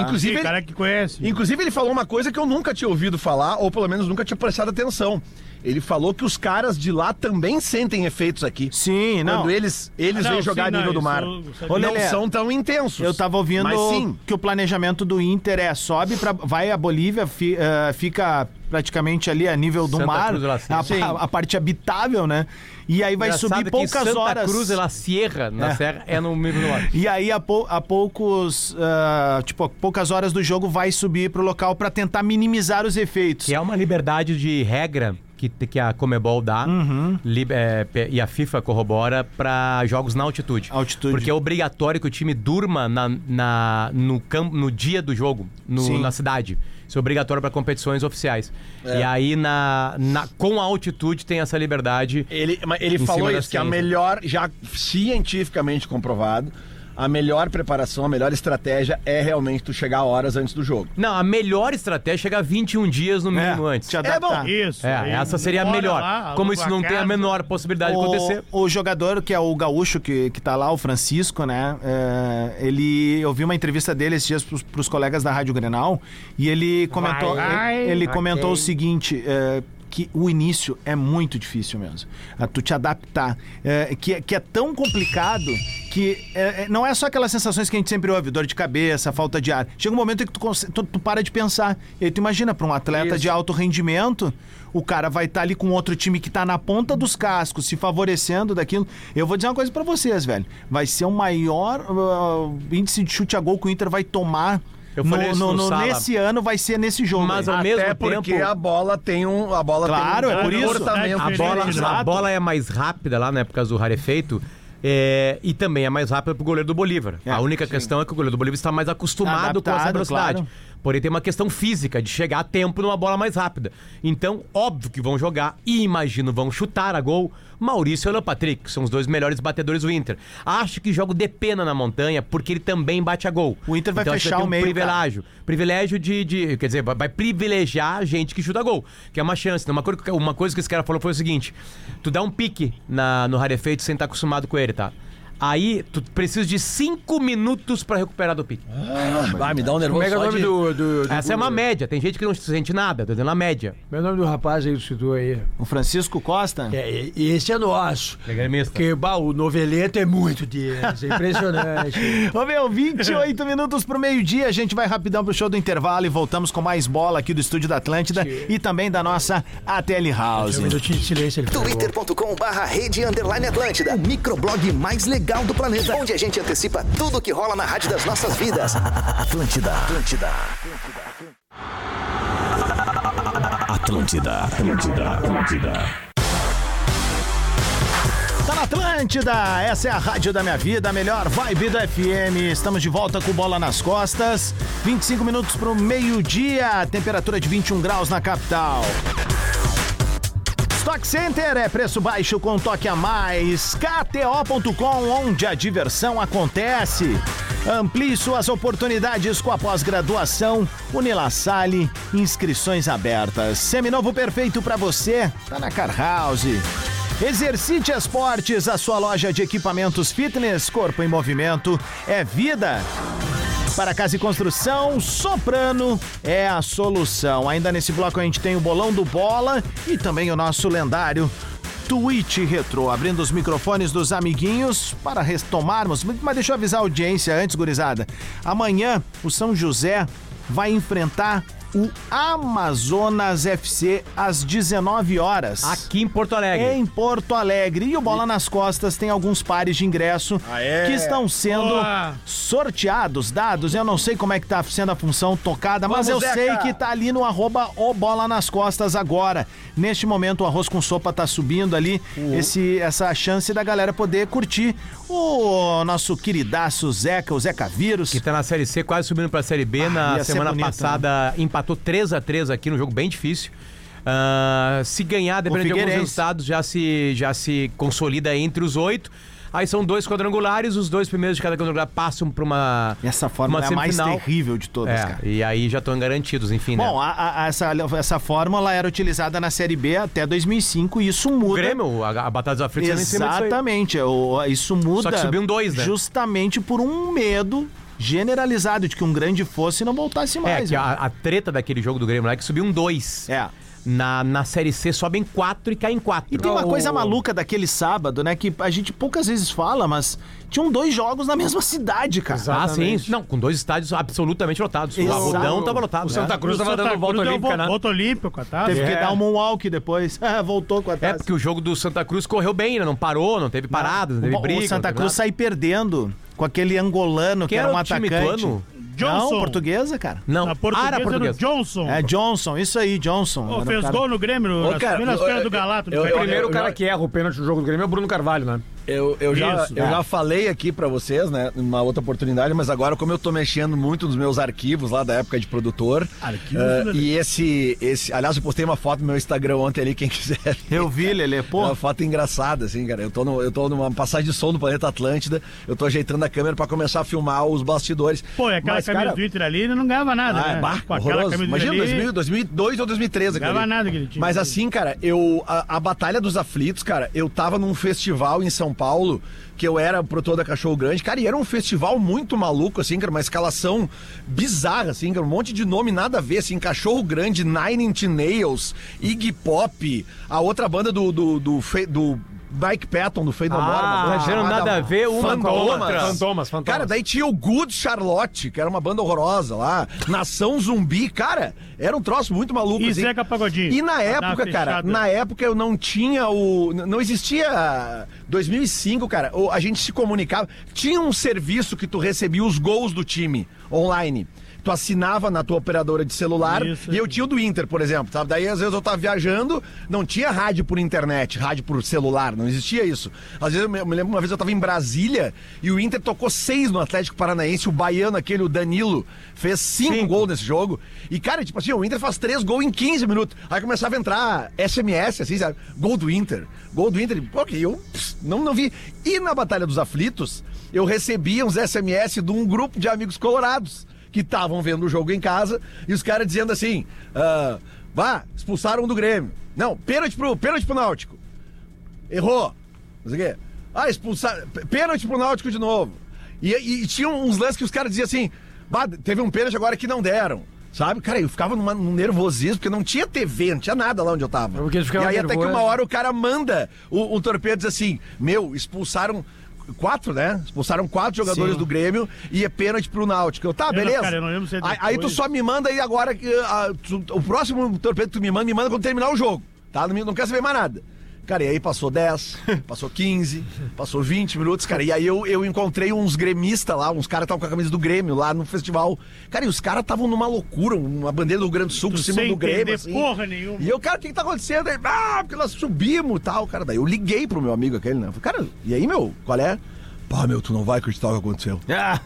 [SPEAKER 5] Inclusive,
[SPEAKER 6] Sim,
[SPEAKER 5] ele-
[SPEAKER 6] cara que conhece.
[SPEAKER 5] inclusive, ele falou uma coisa que eu nunca tinha ouvido falar, ou pelo menos nunca tinha prestado atenção. Ele falou que os caras de lá também sentem efeitos aqui.
[SPEAKER 2] Sim, não.
[SPEAKER 5] Quando eles, eles
[SPEAKER 6] Ah, não,
[SPEAKER 5] vêm jogar
[SPEAKER 6] sim,
[SPEAKER 5] a nível
[SPEAKER 6] não,
[SPEAKER 5] do mar.
[SPEAKER 6] isso eu-
[SPEAKER 5] Não
[SPEAKER 2] Lelé,
[SPEAKER 5] são tão intensos.
[SPEAKER 2] Eu tava ouvindo
[SPEAKER 5] Mas sim.
[SPEAKER 2] que o planejamento do Inter é sobe para vai a Bolívia, fi- eh, fica praticamente ali a nível do
[SPEAKER 7] Santa
[SPEAKER 2] mar,
[SPEAKER 7] Cruz de La Sierra.
[SPEAKER 2] a,
[SPEAKER 7] Sim.
[SPEAKER 2] a- a parte habitável, né? E aí vai
[SPEAKER 7] Engraçado
[SPEAKER 2] subir
[SPEAKER 7] que
[SPEAKER 2] poucas
[SPEAKER 7] Santa
[SPEAKER 2] horas.
[SPEAKER 7] Cruz, ela Sierra, na Serra, é no mesmo lugar.
[SPEAKER 2] E aí a, pou- a poucos, ah, tipo, a poucas horas do jogo vai subir pro local pra tentar minimizar os efeitos.
[SPEAKER 7] Que é uma liberdade de regra que, que a Comebol dá
[SPEAKER 2] Uhum.
[SPEAKER 7] lib- é, pe- e a FIFA corrobora para jogos na altitude.
[SPEAKER 2] Altitude.
[SPEAKER 7] Porque é obrigatório que o time durma na, na- no, campo, no dia do jogo, no-
[SPEAKER 2] Sim.
[SPEAKER 7] na cidade. Isso é obrigatório para competições oficiais.
[SPEAKER 2] É.
[SPEAKER 7] E aí, na, na- com a altitude, tem essa liberdade.
[SPEAKER 5] Ele, mas ele
[SPEAKER 7] Em
[SPEAKER 5] falou
[SPEAKER 7] cima da
[SPEAKER 5] isso, que a
[SPEAKER 7] ciência.
[SPEAKER 5] melhor, já cientificamente comprovado, a melhor preparação, a melhor estratégia é realmente tu chegar horas antes do jogo.
[SPEAKER 7] Não, a melhor estratégia é chegar 21 dias no
[SPEAKER 2] É,
[SPEAKER 7] mínimo antes.
[SPEAKER 2] te adaptar.
[SPEAKER 6] Isso.
[SPEAKER 7] É,
[SPEAKER 6] aí
[SPEAKER 7] essa seria a
[SPEAKER 6] mora
[SPEAKER 7] melhor.
[SPEAKER 6] lá, aluga
[SPEAKER 7] Como isso
[SPEAKER 6] a
[SPEAKER 7] não tem a
[SPEAKER 6] casa.
[SPEAKER 7] menor possibilidade de acontecer.
[SPEAKER 2] O, o jogador, que é o gaúcho que, que tá lá, o Francisco, né? é, ele. Eu vi uma entrevista dele esses dias pros, pros colegas da Rádio Grenal e ele comentou.
[SPEAKER 6] Vai,
[SPEAKER 2] ele ele
[SPEAKER 6] vai
[SPEAKER 2] comentou
[SPEAKER 6] quem?
[SPEAKER 2] o seguinte. é, que o início é muito difícil mesmo. A tu te adaptar. É, que, é- que é tão complicado que é, é, não é só aquelas sensações que a gente sempre ouve, dor de cabeça, falta de ar. Chega um momento em que tu, conse- tu, tu para de pensar. E aí tu imagina, para um atleta de alto rendimento, o cara vai estar ali com outro time que tá na ponta dos cascos, se favorecendo daquilo. Eu vou dizer uma coisa pra vocês, velho. Vai ser o maior ah, índice de chute a gol que o Inter vai tomar.
[SPEAKER 7] Eu falei isso no Sala.
[SPEAKER 2] nesse ano vai ser nesse jogo.
[SPEAKER 7] Mas
[SPEAKER 2] velho.
[SPEAKER 7] ao mesmo
[SPEAKER 5] Até É porque
[SPEAKER 7] tempo.
[SPEAKER 5] a bola tem um. A bola
[SPEAKER 2] Claro,
[SPEAKER 5] tem um
[SPEAKER 2] é por isso.
[SPEAKER 5] comportamento
[SPEAKER 7] A
[SPEAKER 6] Ele
[SPEAKER 7] bola,
[SPEAKER 6] é
[SPEAKER 7] a
[SPEAKER 6] exato.
[SPEAKER 7] bola é mais rápida lá na época do rarefeito. É, e também é mais rápida pro goleiro do Bolívar. a única questão é que o goleiro do Bolívar está mais acostumado com essa
[SPEAKER 2] Adaptado,
[SPEAKER 7] velocidade.
[SPEAKER 2] claro.
[SPEAKER 7] Porém, tem uma questão física de chegar a tempo numa bola mais rápida. Então, óbvio que vão jogar e imagino vão chutar a gol Maurício e Alan Patrick, que são os dois melhores batedores do Inter. Acho que jogo de pena na montanha, porque ele também bate a gol.
[SPEAKER 2] O Inter vai
[SPEAKER 7] Então, acho que
[SPEAKER 2] fechar
[SPEAKER 7] tem
[SPEAKER 2] o meio,
[SPEAKER 7] Privilégio. Privilégio de, de- Quer dizer, vai- vai privilegiar a gente que chuta gol, que é uma chance. né? Uma coisa, que- uma coisa que esse cara falou foi o seguinte: tu dá um pique na, no rarefeito sem estar acostumado com ele, tá? Aí tu precisa de cinco minutos pra recuperar do pique.
[SPEAKER 5] Vai, me dá um
[SPEAKER 4] Como
[SPEAKER 5] nervoso
[SPEAKER 4] é que é o
[SPEAKER 5] só
[SPEAKER 4] nome
[SPEAKER 5] de...
[SPEAKER 4] do, do, do-
[SPEAKER 7] Essa é uma média. Tem gente que não sente nada, tá dando a média.
[SPEAKER 4] Meu é nome do rapaz aí que tu citou aí.
[SPEAKER 2] O Francisco Costa?
[SPEAKER 4] É, e- e esse é nosso.
[SPEAKER 7] É gremista.
[SPEAKER 4] Porque, bah, o noveleto é muito deles. É [LAUGHS] impressionante.
[SPEAKER 2] Ô meu, 28 minutos pro meio-dia, a gente vai rapidão pro show do intervalo e voltamos com mais bola aqui do estúdio da Atlântida e também da nossa ATL House.
[SPEAKER 4] um minutinho de silêncio ele falou.
[SPEAKER 11] twitter.com barra rede underline Atlântida, o microblog mais legal do planeta, onde a gente antecipa tudo que rola na rádio das nossas vidas. [LAUGHS] Atlântida, Atlântida.
[SPEAKER 12] Atlântida, Atlântida, Atlântida.
[SPEAKER 2] Tá na Atlântida, essa é a rádio da minha vida, a melhor vibe do FM. Estamos de volta com bola nas costas. 25 minutos pro meio-dia, temperatura de 21 graus na capital. Stock Center é preço baixo com toque a mais. KTO.com, onde a diversão acontece. Amplie suas oportunidades com a pós-graduação. Unilassale, inscrições abertas. Seminovo perfeito para você, tá na Car House. Exercite Esportes, a sua loja de equipamentos fitness, corpo em movimento, é vida. Para casa e construção, Soprano é a solução. Ainda nesse bloco a gente tem o bolão do bola e também o nosso lendário Twitch Retro, abrindo os microfones dos amiguinhos para retomarmos. Mas deixa eu avisar a audiência antes, gurizada. Amanhã o São José vai enfrentar o Amazonas FC às 19 horas.
[SPEAKER 7] Aqui em Porto Alegre.
[SPEAKER 2] É Em Porto Alegre. E o Bola nas Costas tem alguns pares de ingresso que estão sendo
[SPEAKER 6] Boa.
[SPEAKER 2] sorteados, dados. Eu não sei como é que tá sendo a função tocada, mas eu
[SPEAKER 13] Zeca.
[SPEAKER 2] sei que tá ali no arroba o Bola nas Costas agora. Neste momento o arroz com sopa tá subindo ali. Esse, essa chance da galera poder curtir o nosso queridaço Zeca, o Zeca Vírus.
[SPEAKER 7] Que tá na Série C, quase subindo pra Série B.
[SPEAKER 2] Ah, ia
[SPEAKER 7] na
[SPEAKER 2] ser
[SPEAKER 7] semana
[SPEAKER 2] bonito, né?
[SPEAKER 7] passada empatou 3 a 3 aqui, num jogo bem difícil. Ah, se ganhar, dependendo de alguns
[SPEAKER 2] Figueirense.
[SPEAKER 7] resultados, já se, já se consolida entre os oito. Aí são dois quadrangulares, os dois primeiros de cada quadrangular passam pra uma.
[SPEAKER 2] Essa fórmula
[SPEAKER 7] uma
[SPEAKER 2] é a mais
[SPEAKER 7] semifinal.
[SPEAKER 2] terrível de todas,
[SPEAKER 7] É,
[SPEAKER 2] cara.
[SPEAKER 7] e aí já estão garantidos, enfim. né?
[SPEAKER 2] Bom, a- a- a- essa, essa fórmula era utilizada na Série B até 2005 e isso muda.
[SPEAKER 7] o Grêmio, a, a Batalha dos Aflitos era em cima disso aí.
[SPEAKER 2] Exatamente. é, o- Isso muda.
[SPEAKER 7] Só que subiam dois, né?
[SPEAKER 2] Justamente por um medo generalizado de que um grande fosse e não voltasse
[SPEAKER 7] É,
[SPEAKER 2] mais.
[SPEAKER 7] que
[SPEAKER 2] né?
[SPEAKER 7] a, a treta daquele jogo do Grêmio lá é que subiu um 2.
[SPEAKER 2] É.
[SPEAKER 7] Na, na Série C sobem 4 e caem Então, 4.
[SPEAKER 2] E tem uma coisa maluca daquele sábado, né? Que a gente poucas vezes fala, mas tinham dois jogos na mesma cidade, cara.
[SPEAKER 7] Ah, sim.
[SPEAKER 14] Exatamente.
[SPEAKER 7] Não, com dois estádios absolutamente lotados. O
[SPEAKER 2] Exato.
[SPEAKER 7] Arrudão tava lotado.
[SPEAKER 14] O Santa
[SPEAKER 7] É.
[SPEAKER 14] Cruz tava
[SPEAKER 6] Santa
[SPEAKER 14] dando volta
[SPEAKER 6] Cruz deu
[SPEAKER 14] olímpica,
[SPEAKER 6] vo-
[SPEAKER 14] né?
[SPEAKER 6] Volta olímpica, tá?
[SPEAKER 2] Teve que
[SPEAKER 14] É.
[SPEAKER 2] dar um walk depois. [LAUGHS] Ah, Voltou com a
[SPEAKER 7] É,
[SPEAKER 2] taça.
[SPEAKER 7] porque o jogo do Santa Cruz correu bem, né? Não parou, não teve parada, não, teve
[SPEAKER 2] o,
[SPEAKER 7] briga.
[SPEAKER 2] o Santa
[SPEAKER 7] não teve
[SPEAKER 2] Cruz
[SPEAKER 7] nada.
[SPEAKER 2] sai perdendo com aquele angolano que,
[SPEAKER 7] Quem
[SPEAKER 2] era um
[SPEAKER 7] era o time
[SPEAKER 2] atacante.
[SPEAKER 7] lituano?
[SPEAKER 2] Não,
[SPEAKER 6] Johnson.
[SPEAKER 2] portuguesa, cara.
[SPEAKER 7] Não,
[SPEAKER 6] Na
[SPEAKER 7] ah, era
[SPEAKER 6] portuguesa, era o
[SPEAKER 7] portuguesa.
[SPEAKER 6] Johnson.
[SPEAKER 2] É Johnson, isso aí, Johnson.
[SPEAKER 6] Ô,
[SPEAKER 2] Era o
[SPEAKER 6] fez
[SPEAKER 2] cara-
[SPEAKER 6] gol no Grêmio,
[SPEAKER 5] Ô,
[SPEAKER 6] nas
[SPEAKER 5] cara,
[SPEAKER 6] primeiras
[SPEAKER 5] eu-
[SPEAKER 6] pernas
[SPEAKER 5] eu-
[SPEAKER 6] do Galato.
[SPEAKER 5] eu-
[SPEAKER 6] no
[SPEAKER 5] eu-
[SPEAKER 6] Grêmio.
[SPEAKER 14] Primeiro o cara
[SPEAKER 5] já-
[SPEAKER 14] que erra o pênalti no jogo do Grêmio é o Bruno Carvalho, né?
[SPEAKER 5] Eu, eu, já,
[SPEAKER 6] Isso.
[SPEAKER 5] eu
[SPEAKER 6] É.
[SPEAKER 5] já falei aqui pra vocês, né, numa outra oportunidade, mas agora, como eu tô mexendo muito nos meus arquivos lá da época de produtor.
[SPEAKER 6] Arquivos,
[SPEAKER 5] eh,
[SPEAKER 6] né?
[SPEAKER 5] e esse, esse. Aliás, eu postei uma foto no meu Instagram ontem ali, quem [LAUGHS] quiser.
[SPEAKER 2] Eu vi, Lele,
[SPEAKER 5] É
[SPEAKER 2] pô.
[SPEAKER 5] Uma foto engraçada, assim, cara. Eu tô, no- eu tô numa passagem de som do planeta Atlântida. Eu tô ajeitando a câmera pra começar a filmar os bastidores.
[SPEAKER 6] Pô, e aquela
[SPEAKER 5] Mas,
[SPEAKER 6] camisa
[SPEAKER 5] cara,
[SPEAKER 6] do Inter ali, ele não ganhava nada,
[SPEAKER 5] ah,
[SPEAKER 6] né?
[SPEAKER 5] bah,
[SPEAKER 6] Com aquela
[SPEAKER 5] horroroso.
[SPEAKER 6] camisa
[SPEAKER 5] Imagina,
[SPEAKER 6] ali,
[SPEAKER 5] 2000, 2002 ou 2013. aquilo
[SPEAKER 6] Ganhava
[SPEAKER 5] ali.
[SPEAKER 6] nada aquele time. né?
[SPEAKER 5] Mas assim, cara, eu a, a Batalha dos Aflitos, cara, eu tava num festival em São Paulo, que eu era produtor da Cachorro Grande, cara, e era um festival muito maluco, assim, cara, uma escalação bizarra, assim, cara, um monte de nome nada a ver, assim, Cachorro Grande, Nine Inch Nails, Iggy Pop, a outra banda do... do, do, fe- do Mike Patton do Fade No More, uma
[SPEAKER 7] Ah,
[SPEAKER 5] banda
[SPEAKER 7] não tinha
[SPEAKER 5] chamada
[SPEAKER 7] nada a ver uma com a
[SPEAKER 5] Fantomas.
[SPEAKER 7] outra.
[SPEAKER 14] Fantomas, Fantomas.
[SPEAKER 5] Cara, daí tinha o Good Charlotte, que era uma banda horrorosa lá. Nação Zumbi, cara, era um troço muito maluco.
[SPEAKER 6] E Zeca Pagodinho.
[SPEAKER 5] E
[SPEAKER 6] Pra
[SPEAKER 5] na
[SPEAKER 6] dar
[SPEAKER 5] época,
[SPEAKER 6] uma
[SPEAKER 5] cara,
[SPEAKER 6] fechada.
[SPEAKER 5] na época eu não tinha o. n- Não existia. 2005, cara, o- a gente se comunicava. Tinha um serviço que tu recebia os gols do time online. Tu tu assinava na tua operadora de celular.
[SPEAKER 15] Isso,
[SPEAKER 5] e eu tinha o do Inter, por exemplo, sabe? Daí às vezes eu tava viajando, não tinha rádio por internet, rádio por celular, não existia isso. Às vezes eu me eu me lembro uma vez eu tava em Brasília e o Inter tocou seis no Atlético Paranaense, o baiano aquele, o Danilo, fez cinco, gols nesse jogo. E cara, tipo assim, o Inter faz três gols em 15 minutos. Aí começava a entrar SMS, assim, sabe? Gol do Inter, gol do Inter. Ok, eu pss, não, não vi. E na Batalha dos Aflitos, eu recebia uns SMS de um grupo de amigos colorados que estavam vendo o jogo em casa e os caras dizendo assim: ah, vá, expulsaram um do Grêmio. Não, pênalti pro, pênalti pro Náutico. Errou. Não sei o quê. Ah, expulsar. p- Pênalti pro Náutico de novo. E, e, tinha uns lances que os caras diziam assim: "Bah, teve um pênalti agora que não deram. Sabe? Cara, eu ficava numa, num nervosismo, porque não tinha TV, não tinha nada lá onde eu tava.
[SPEAKER 16] É porque eles
[SPEAKER 5] e aí
[SPEAKER 16] ficavam
[SPEAKER 5] até que
[SPEAKER 16] nervosos.
[SPEAKER 5] uma hora o cara manda o, o torpedo diz assim: Meu, expulsaram. Quatro, né? Expulsaram quatro jogadores
[SPEAKER 6] Sim.
[SPEAKER 5] do Grêmio e é pênalti pro Náutico. Eu, tá,
[SPEAKER 6] Eu não-
[SPEAKER 5] beleza.
[SPEAKER 6] cara, eu não lembro se é
[SPEAKER 5] aí, aí tu
[SPEAKER 6] depois.
[SPEAKER 5] só me manda aí agora. que, ah, tu- o próximo torpedo que tu me manda, me manda quando terminar o jogo. Tá? Não, me- não quero saber mais nada. Cara, e aí passou
[SPEAKER 6] [LAUGHS]
[SPEAKER 5] 10, passou 15, passou 20 minutos, cara. E aí eu, eu encontrei uns gremistas lá, uns caras que estavam com a camisa do Grêmio lá no festival. Cara, e os caras estavam numa loucura, uma bandeira do Rio Grande do Sul por cima
[SPEAKER 6] sem
[SPEAKER 5] do Grêmio.
[SPEAKER 6] entender
[SPEAKER 5] Assim.
[SPEAKER 6] porra nenhuma.
[SPEAKER 5] E eu, cara, o que, que tá acontecendo? Ele, ah, porque nós subimos e tal, cara. Daí eu liguei pro meu amigo aquele, né? Eu falei, cara, e aí, meu, qual é? Pá, meu, tu não vai acreditar o que
[SPEAKER 6] [LAUGHS]
[SPEAKER 5] aconteceu.
[SPEAKER 2] Ah.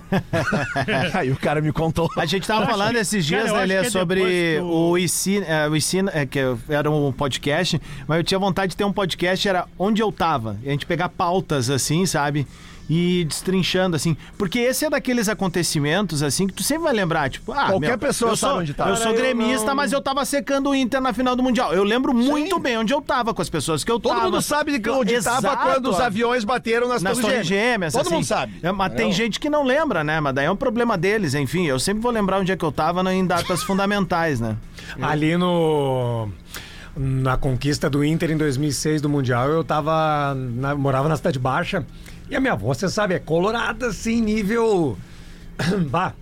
[SPEAKER 5] aí o cara me contou.
[SPEAKER 2] A gente tava
[SPEAKER 5] Acho
[SPEAKER 2] falando
[SPEAKER 5] que-
[SPEAKER 2] esses dias,
[SPEAKER 5] cara, eu
[SPEAKER 2] né, Lê,
[SPEAKER 5] acho que é
[SPEAKER 2] sobre
[SPEAKER 5] depois do-
[SPEAKER 2] o IC, é, o IC, é, que era um podcast, mas eu tinha vontade de ter um podcast, era onde eu tava. E a gente pegar pautas assim, sabe? E destrinchando, assim. Porque esse é daqueles acontecimentos, assim, que tu sempre vai lembrar, tipo, ah,
[SPEAKER 5] Qualquer
[SPEAKER 2] meu,
[SPEAKER 5] pessoa
[SPEAKER 2] eu
[SPEAKER 5] sabe
[SPEAKER 2] sou,
[SPEAKER 5] onde tá.
[SPEAKER 2] Eu sou
[SPEAKER 5] Cara, eu
[SPEAKER 2] gremista,
[SPEAKER 5] não-
[SPEAKER 2] mas eu tava secando o Inter na final do Mundial. Eu lembro muito bem onde eu tava com as pessoas que eu
[SPEAKER 5] Todo
[SPEAKER 2] tava.
[SPEAKER 5] mundo sabe de onde tava quando os aviões bateram nas,
[SPEAKER 2] nas torres gêmeas.
[SPEAKER 5] Todo
[SPEAKER 2] assim.
[SPEAKER 5] mundo sabe.
[SPEAKER 2] É, mas tem
[SPEAKER 5] Entendeu?
[SPEAKER 2] gente que não lembra, né? Mas daí é um problema deles, enfim. Eu sempre vou lembrar onde é que eu tava né, em datas fundamentais, né?
[SPEAKER 4] Ali no. Na conquista do Inter em 2006 do Mundial, eu tava. na- morava na Cidade Baixa. E a minha avó, você sabe, é colorada, assim, nível. [CLEARS THROAT] bah,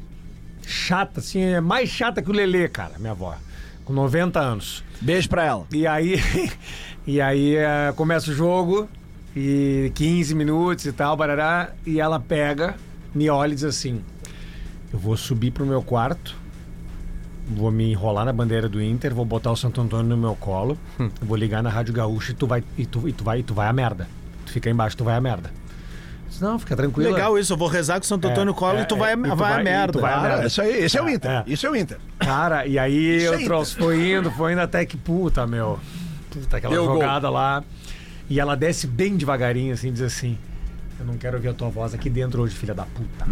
[SPEAKER 4] chata, assim, é mais chata que o Lelê, cara, minha avó. Com 90 anos.
[SPEAKER 5] É. Beijo pra ela.
[SPEAKER 4] E aí. [LAUGHS] e aí eh, começa o jogo, e 15 minutos e tal, barará, e ela pega, me olha e diz assim: Eu vou subir pro meu quarto, vou me enrolar na bandeira do Inter, vou botar o Santo Antônio no meu colo, vou ligar na Rádio Gaúcha e tu vai, e tu, e tu vai, e tu vai a merda. Tu fica aí embaixo, tu vai a merda. Eu disse, Não, fica tranquilo.
[SPEAKER 2] Legal isso, eu vou rezar com o Santo Antônio Colo É, e tu vai, vai, a merda.
[SPEAKER 5] merda. isso aí, esse é o Inter, Isso é o Inter.
[SPEAKER 4] Cara, e aí
[SPEAKER 5] Isso é
[SPEAKER 4] eu trouxe, foi indo, foi indo até que puta, meu. Puta, aquela
[SPEAKER 5] Deu gol.
[SPEAKER 4] jogada lá. E ela desce bem devagarinho, assim, diz assim. Eu não quero ouvir a tua voz aqui dentro hoje, filha da
[SPEAKER 5] [LAUGHS]
[SPEAKER 4] puta.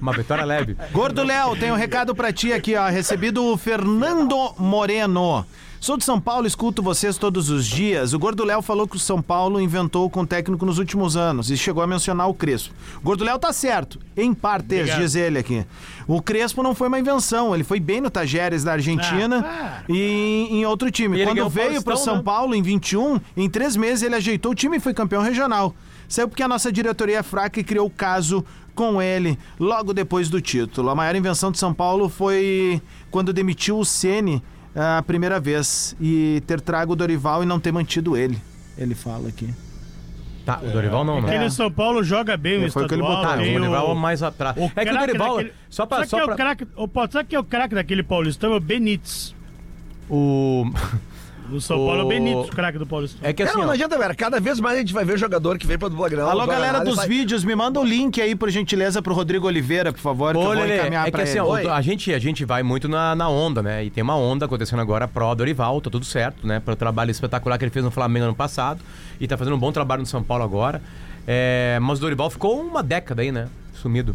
[SPEAKER 7] Uma vitória leve.
[SPEAKER 5] É.
[SPEAKER 2] Gordo Léo, tem um recado pra ti aqui, ó. Recebi do Fernando Moreno. Sou de São Paulo, escuto vocês todos os dias. O Gordo Léo falou que o São Paulo inventou com o técnico nos últimos anos e chegou a mencionar o Crespo. O Gordo Léo tá certo, em partes,
[SPEAKER 17] Obrigado.
[SPEAKER 2] diz ele aqui. O Crespo não foi uma invenção, ele foi bem no Tajeres da Argentina e em- em outro time.
[SPEAKER 17] E ele
[SPEAKER 2] Quando
[SPEAKER 17] ganhou o
[SPEAKER 2] veio pro
[SPEAKER 17] Paulistão,
[SPEAKER 2] São
[SPEAKER 17] né?
[SPEAKER 2] Paulo em 21, em três meses ele ajeitou o time e foi campeão regional. Saiu porque a nossa diretoria é fraca e criou o caso com ele logo depois do título. A maior invenção de São Paulo foi quando demitiu o Ceni ah, a primeira vez e ter trago o Dorival e não ter mantido ele. Ele fala aqui.
[SPEAKER 7] Tá, o Dorival não, né?
[SPEAKER 6] Aquele São Paulo joga bem o
[SPEAKER 7] Foi o
[SPEAKER 6] estadual.
[SPEAKER 7] que ele botou.
[SPEAKER 6] tem
[SPEAKER 7] O Dorival mais atrás.
[SPEAKER 6] o
[SPEAKER 7] É que o
[SPEAKER 6] craque
[SPEAKER 7] Dorival.
[SPEAKER 6] daquele-
[SPEAKER 7] Só pra.
[SPEAKER 6] Sabe
[SPEAKER 7] Só
[SPEAKER 6] quem é
[SPEAKER 7] pra...
[SPEAKER 6] o craque... Ô, Potter, sabe quem é o craque daquele paulistão? É o Benítez.
[SPEAKER 7] O... é
[SPEAKER 6] O São Paulo é o Benítez, o craque do paulistão.
[SPEAKER 7] assim,
[SPEAKER 5] Cara, não adianta, velho. Cada vez mais a gente vai ver jogador que vem pra dupla granal.
[SPEAKER 2] Alô,
[SPEAKER 5] não joga
[SPEAKER 2] galera
[SPEAKER 5] nada e
[SPEAKER 2] dos
[SPEAKER 5] Então, vai-
[SPEAKER 2] vídeos, me manda o link aí, por gentileza, pro Rodrigo Oliveira, por favor, que eu
[SPEAKER 7] Ô,
[SPEAKER 2] vou
[SPEAKER 7] Lelê,
[SPEAKER 2] encaminhar
[SPEAKER 7] é que
[SPEAKER 2] pra
[SPEAKER 7] assim,
[SPEAKER 2] ele.
[SPEAKER 7] ó, a, gente, a gente vai muito na, na onda, né? E tem uma onda acontecendo agora pró-Dorival, tá tudo certo, né? Pelo trabalho espetacular que ele fez no Flamengo ano passado e tá fazendo um bom trabalho no São Paulo agora. É, mas o Dorival ficou uma década aí, né? Sumido.